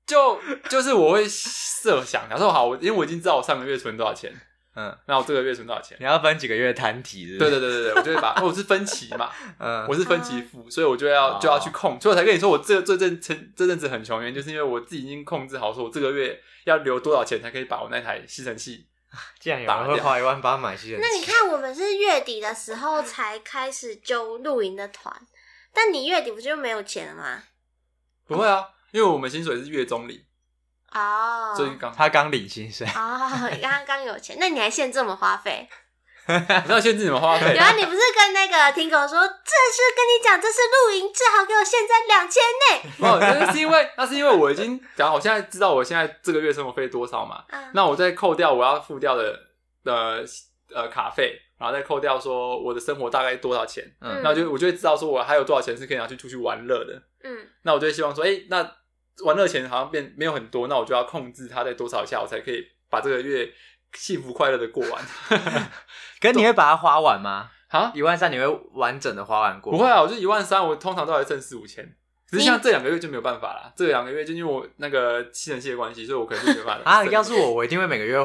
[SPEAKER 2] 就就是我会设想，假设好，我因为我已经知道我上个月存多少钱，
[SPEAKER 1] [LAUGHS] 嗯，
[SPEAKER 2] 那我这个月存多少钱。
[SPEAKER 1] 你要分几个月摊提是不
[SPEAKER 2] 对
[SPEAKER 1] 是？
[SPEAKER 2] 对对对对，我就会把，哦因为我是分期嘛，
[SPEAKER 1] 嗯，
[SPEAKER 2] 我是分期付，所以我就要
[SPEAKER 1] 哦
[SPEAKER 2] 就要去控，所以我才跟你说，我这这阵这这阵子很穷，原因就是因为我自己已经控制好，说我这个月要留多少钱才可以把我那台吸尘器。
[SPEAKER 1] 既然有人会花一万八买吸尘器，
[SPEAKER 3] 那你看，我们是月底的时候才开始揪露营的团，但你月底不就没有钱了吗？
[SPEAKER 2] 不会啊，因为我们薪水是月中领，
[SPEAKER 3] 哦，
[SPEAKER 2] 最近刚，
[SPEAKER 1] 他刚领薪水，
[SPEAKER 3] 哦，你刚刚有钱，那你还限这么花
[SPEAKER 2] [LAUGHS]
[SPEAKER 3] 费？
[SPEAKER 2] 你要限制你们花费
[SPEAKER 3] 原。来你不是跟那个听狗说，这是跟你讲，这是露营，最好给我现在两千
[SPEAKER 2] [LAUGHS]
[SPEAKER 3] 内。
[SPEAKER 2] 没有，哦那是因为那是因为我已经，然后我现在知道我现在这个月生活费多少嘛，
[SPEAKER 3] 啊，
[SPEAKER 2] 那我再扣掉我要付掉的呃呃卡费，然后再扣掉说我的生活大概多少钱，
[SPEAKER 1] 嗯
[SPEAKER 2] 那我就我就会知道说我还有多少钱是可以拿去出去玩乐的。
[SPEAKER 3] 嗯，
[SPEAKER 2] 那我就会希望说，哎、那玩乐钱好像变没有很多，那我就要控制它在多少下，我才可以把这个月幸福快乐的过完
[SPEAKER 1] 可是你会把它花完吗？ [LAUGHS]
[SPEAKER 2] 啊？
[SPEAKER 1] 一万三你会完整的花完过？
[SPEAKER 2] 不会，啊，我就一万三，我通常都还剩四五千。只是像这两个月就没有办法啦，这两个月就因为我那个吸尘器的关系，所以我可能就没有
[SPEAKER 1] [LAUGHS]
[SPEAKER 2] 办法
[SPEAKER 1] 啊，
[SPEAKER 2] 剩
[SPEAKER 1] 要是我，我一定会每个月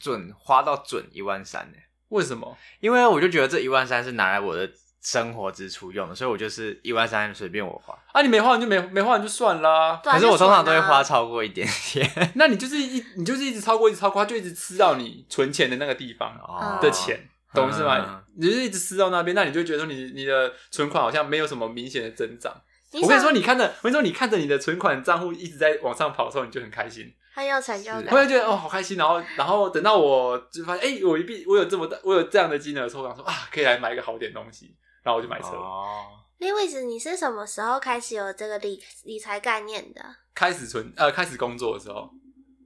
[SPEAKER 1] 准花到准一万三的，
[SPEAKER 2] 为什么？
[SPEAKER 1] 因为我就觉得这一万三是拿来我的生活支出用的，所以我就是一万三随便我花。
[SPEAKER 2] 啊，你没花完就没没花完就算啦。
[SPEAKER 3] 对啊
[SPEAKER 1] 可是我通常都会花。
[SPEAKER 3] 就
[SPEAKER 1] 超过一点
[SPEAKER 3] [LAUGHS]
[SPEAKER 1] 点
[SPEAKER 2] 那你就是一你就是一直超过，一直超过，它就一直吃到你存钱的那个地方
[SPEAKER 1] 哦
[SPEAKER 2] 的钱，懂是吗
[SPEAKER 1] 嗯？
[SPEAKER 2] 你就是一直吃到那边，那你就觉得说你你的存款好像没有什么明显的增长。
[SPEAKER 3] 存啊
[SPEAKER 2] 我跟你说，，你看着我跟你说，你看着你的存款账户一直在往上跑的时候，你就很开心，
[SPEAKER 3] 很有成就
[SPEAKER 2] 我
[SPEAKER 3] 感。
[SPEAKER 2] 会觉得哦好开心。然后然后等到我就发现，哎、我一笔我有这么大，我有这样的金额的时候，我想说啊，可以来买一个好点东西，然后我就买车。
[SPEAKER 1] 哦，
[SPEAKER 3] Lewis，你是什么时候开始有这个理理财概念的？
[SPEAKER 2] 开始存呃，开始工作的时候，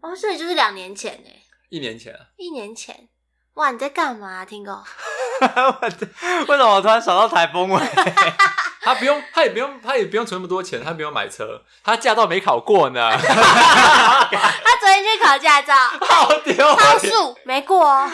[SPEAKER 3] 哦，所以就是两年前哎、
[SPEAKER 2] 一年前啊，
[SPEAKER 3] 一年前。哇，你在干嘛、啊听狗？
[SPEAKER 1] 我的为什么我突然想到台风尾？ [LAUGHS]
[SPEAKER 2] 他不用，他也不用，他也不用存那么多钱，他不用买车，他驾照没考过呢，
[SPEAKER 3] [LAUGHS] 哎
[SPEAKER 2] [LAUGHS]
[SPEAKER 3] 他昨天去考驾照，
[SPEAKER 1] 好丢啊！
[SPEAKER 3] 超速没过哦。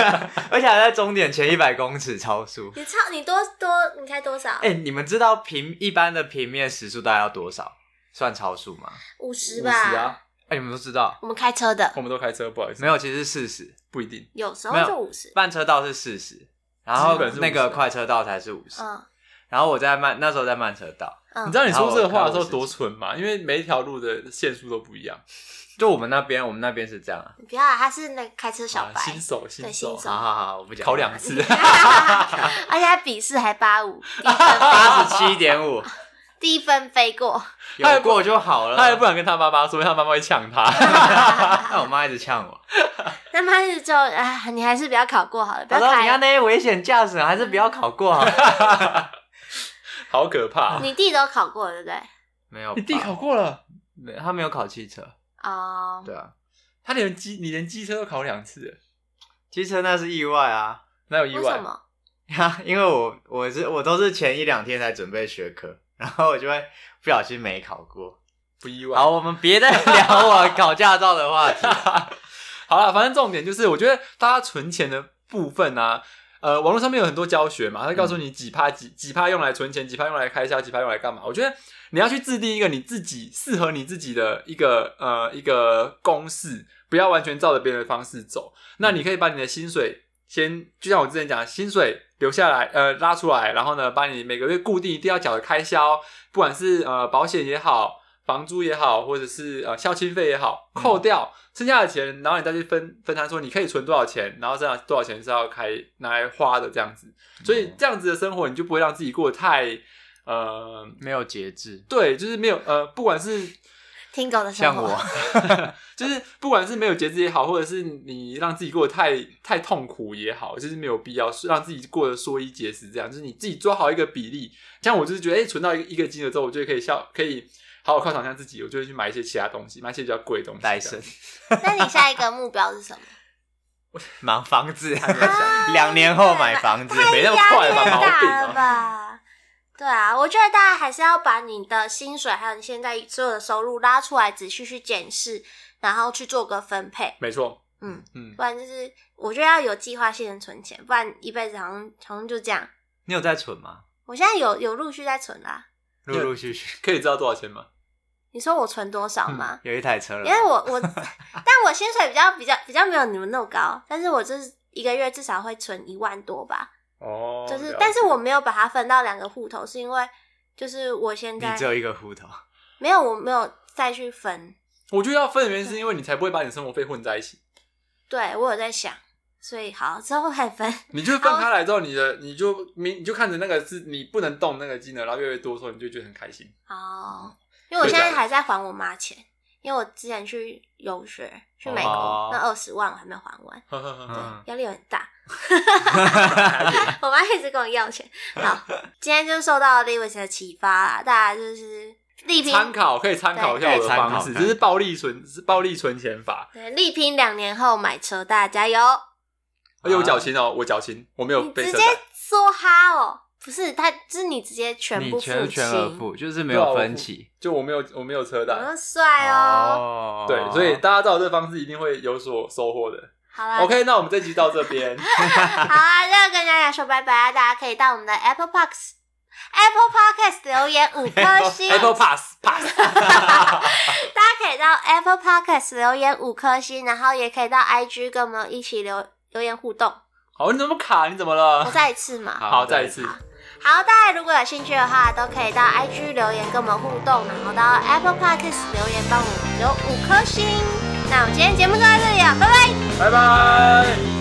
[SPEAKER 1] [LAUGHS] 而且还在终点前一百公尺超速。
[SPEAKER 3] 你超你多多，你猜多少
[SPEAKER 1] 哎、？你们知道平一般的平面时速大概要多少算超速吗？
[SPEAKER 3] 五十
[SPEAKER 2] 五
[SPEAKER 3] 吧。
[SPEAKER 2] 十啊，
[SPEAKER 1] 哎、你们都知道？
[SPEAKER 3] 我们开车的
[SPEAKER 2] 我们都开车，不好意思，
[SPEAKER 3] 嗯
[SPEAKER 1] 没有，其实是四十，
[SPEAKER 2] 不一定。
[SPEAKER 3] 有时候
[SPEAKER 1] 没有
[SPEAKER 3] 就五十。
[SPEAKER 1] 半车道是四十，然后
[SPEAKER 2] 基本是50
[SPEAKER 1] 那个快车道才是五十、
[SPEAKER 3] 嗯
[SPEAKER 1] 然后我在慢，那时候在慢车道，
[SPEAKER 3] 嗯，
[SPEAKER 2] 你知道你说这个话的时候多蠢吗？因为每一条路的限速都不一样。
[SPEAKER 1] 就我们那边，我们那边是这样啊。
[SPEAKER 3] 你不要啊，他是那个开车小白
[SPEAKER 2] 啊，新手， [LAUGHS]
[SPEAKER 3] 对
[SPEAKER 2] 新手，
[SPEAKER 3] 新手
[SPEAKER 1] 好好好，我不讲。
[SPEAKER 2] 考
[SPEAKER 1] [LAUGHS]
[SPEAKER 2] 两次。
[SPEAKER 3] [LAUGHS] 而且他笔试还八五，低分
[SPEAKER 1] 八十七点五，
[SPEAKER 3] 低分飞过。
[SPEAKER 2] 他也
[SPEAKER 1] [LAUGHS] 有
[SPEAKER 2] 不
[SPEAKER 1] 过就好了。
[SPEAKER 2] [LAUGHS] 他也不敢跟他妈妈说，因为他妈妈会呛
[SPEAKER 3] [LAUGHS]
[SPEAKER 2] 他。
[SPEAKER 1] [LAUGHS] 那我妈一直呛我，
[SPEAKER 3] 那么他是就啊，你还是不要考过好了， [LAUGHS] 不
[SPEAKER 1] 她
[SPEAKER 3] 要
[SPEAKER 1] 说：“你
[SPEAKER 3] 开
[SPEAKER 1] 看
[SPEAKER 3] 了。
[SPEAKER 1] 那些危险驾驶，还是不要考过啊 [LAUGHS] 好了。
[SPEAKER 2] 好可怕、
[SPEAKER 3] 你弟都考过了对不对？”
[SPEAKER 1] 没有吧，
[SPEAKER 2] 你弟考过了，
[SPEAKER 1] 没有，他没有考汽车。
[SPEAKER 3] 哦，
[SPEAKER 1] 对啊，
[SPEAKER 2] 他连机你连机车都考两次了，
[SPEAKER 1] 机车那是意外啊，
[SPEAKER 2] 哪有意
[SPEAKER 3] 为什
[SPEAKER 2] 外？
[SPEAKER 3] 么？
[SPEAKER 1] 哈，因为我我是我都是前一两天才准备学科，然后我就会不小心没考过。
[SPEAKER 2] 不意外。
[SPEAKER 1] 好，我们别再聊我考驾照的话题。
[SPEAKER 2] 好了，反正重点就是，我觉得大家存钱的部分啊，呃，网络上面有很多教学嘛，他会告诉你几趴几几趴用来存钱，几趴用来开销，几趴用来干嘛。我觉得你要去制定一个你自己适合你自己的一个呃一个公式，不要完全照着别人的方式走。那你可以把你的薪水先，就像我之前讲，的，薪水留下来，呃，拉出来，然后呢，把你每个月固定一定要缴的开销，不管是呃保险也好，房租也好，或者是呃校庆费也好，扣掉、剩下的钱，然后你再去分分摊，说你可以存多少钱，然后剩下多少钱是要开拿来花的这样子。所以这样子的生活，你就不会让自己过得太呃，
[SPEAKER 1] [LAUGHS] 没有节制，
[SPEAKER 2] 对，就是没有呃，不管是
[SPEAKER 3] 听狗的生
[SPEAKER 1] 像
[SPEAKER 3] 活
[SPEAKER 1] [LAUGHS] 我，
[SPEAKER 2] 就是不管是没有节制也好，或者是你让自己过得太太痛苦也好，就是没有必要让自己过得缩衣节食这样。就是你自己抓好一个比例，像我就是觉得，哎、存到一个一个金额之后，我就可以笑，可以好好犒赏一下自己，我就会去买一些其他东西，买一些比较贵的东西。
[SPEAKER 1] 戴 [LAUGHS] 森
[SPEAKER 3] [LAUGHS] 那你下一个目标是什
[SPEAKER 2] [LAUGHS]
[SPEAKER 3] 么？
[SPEAKER 1] 买房 [LAUGHS] 子，
[SPEAKER 3] 啊
[SPEAKER 1] 两年后买房
[SPEAKER 3] [LAUGHS] 哎
[SPEAKER 1] 子，
[SPEAKER 2] 没那么
[SPEAKER 3] 压
[SPEAKER 2] 快
[SPEAKER 3] 力
[SPEAKER 2] 吧，
[SPEAKER 3] 太
[SPEAKER 2] 毛病
[SPEAKER 3] 大了
[SPEAKER 2] 啊！
[SPEAKER 3] 吧？对啊，我觉得大家还是要把你的薪水还有你现在所有的收入拉出来，仔细去检视，然后去做个分配。
[SPEAKER 2] [LAUGHS] 没错，
[SPEAKER 3] 嗯
[SPEAKER 2] 嗯，
[SPEAKER 3] 不然就是我觉得要有计划性的存钱，不然一辈子好像好像就这样。
[SPEAKER 1] 你有在存吗？
[SPEAKER 3] 我现在有有陆续在存啦。
[SPEAKER 1] 陆陆续续
[SPEAKER 2] 可以知道多少钱吗？
[SPEAKER 3] 你说我存多少
[SPEAKER 2] 嗯
[SPEAKER 3] 吗？
[SPEAKER 1] 有一台车了，
[SPEAKER 3] 因为我 [LAUGHS] 我，但我薪水比较比较比较没有你们那么高，但是我就是一个月至少会存一万多吧，
[SPEAKER 2] 哦
[SPEAKER 3] 就是
[SPEAKER 2] 了，
[SPEAKER 3] 但是
[SPEAKER 2] 解
[SPEAKER 3] 我没有把它分到两个户头，是因为就是我现在
[SPEAKER 1] 你只有一个户头，
[SPEAKER 3] 没有我没有再去分，
[SPEAKER 2] 我觉得要分的原因是因为你才不会把你的生活费混在一起。
[SPEAKER 3] 对我有在想，所以好之后再分， [LAUGHS]
[SPEAKER 2] 你就是
[SPEAKER 3] 哦
[SPEAKER 2] 分开来之后，你的你就你你就看着那个是你不能动那个金额，然后越来越多的时候，你就觉得很开心。
[SPEAKER 3] 哦，因为我现在还在还我妈钱，因为我之前去游学去美国、
[SPEAKER 1] 哦
[SPEAKER 3] 那二十万我还没有还完，
[SPEAKER 2] 呵呵呵呵
[SPEAKER 1] 嗯，
[SPEAKER 3] 压力很大。 [LAUGHS] 我妈一直跟我要钱。好，今天就受到 Lewis 的启发啦，大家就是力
[SPEAKER 2] [LAUGHS]
[SPEAKER 3] 拼
[SPEAKER 2] 参考可以参考一下我的方式，
[SPEAKER 1] 对可以参考啊
[SPEAKER 2] 这是暴力存是暴力存钱法。
[SPEAKER 3] 对力拼两年后买车，大家加油！
[SPEAKER 2] 而且我矫情哦，我矫情，我没有
[SPEAKER 3] 你
[SPEAKER 2] 被
[SPEAKER 3] 直
[SPEAKER 2] 车
[SPEAKER 3] 接
[SPEAKER 2] 贷。
[SPEAKER 3] 梭哈哦，不是他，就是你直接全部
[SPEAKER 1] 你
[SPEAKER 3] 付
[SPEAKER 1] 全
[SPEAKER 3] 清，
[SPEAKER 1] 全额付，就是没
[SPEAKER 2] 对啊
[SPEAKER 1] 有
[SPEAKER 2] 我
[SPEAKER 1] 分
[SPEAKER 2] 付
[SPEAKER 1] 期。
[SPEAKER 2] 就我没有我没有车贷。
[SPEAKER 3] 嗯帅哦。
[SPEAKER 2] 对，
[SPEAKER 1] 啊
[SPEAKER 2] 所以大家照这方式一定会有所收获的。
[SPEAKER 3] 好啦
[SPEAKER 2] OK，那我们这集到这边，
[SPEAKER 3] [LAUGHS] 好啦，那跟大家说拜拜啊！大家可以到我们的 Apple Parks。Apple Podcast 留言五颗星
[SPEAKER 2] [LAUGHS] Apple Pass Pass，
[SPEAKER 3] 大家可以到 Apple Podcast 留言五颗星，然后也可以到 IG 跟我们一起留留言互动。
[SPEAKER 2] [LAUGHS] 好，你怎么卡？你怎么
[SPEAKER 3] 我
[SPEAKER 2] 了？
[SPEAKER 3] 再一次嘛，
[SPEAKER 2] 啊好，再一次，
[SPEAKER 3] 好，大家如果有兴趣的话，都可以到 IG 留言跟我们互动，然后到 Apple Podcast 留啊言帮我们留五颗星。那我们今天节目就到这里了，拜
[SPEAKER 2] 拜
[SPEAKER 3] 拜。
[SPEAKER 2] 拜。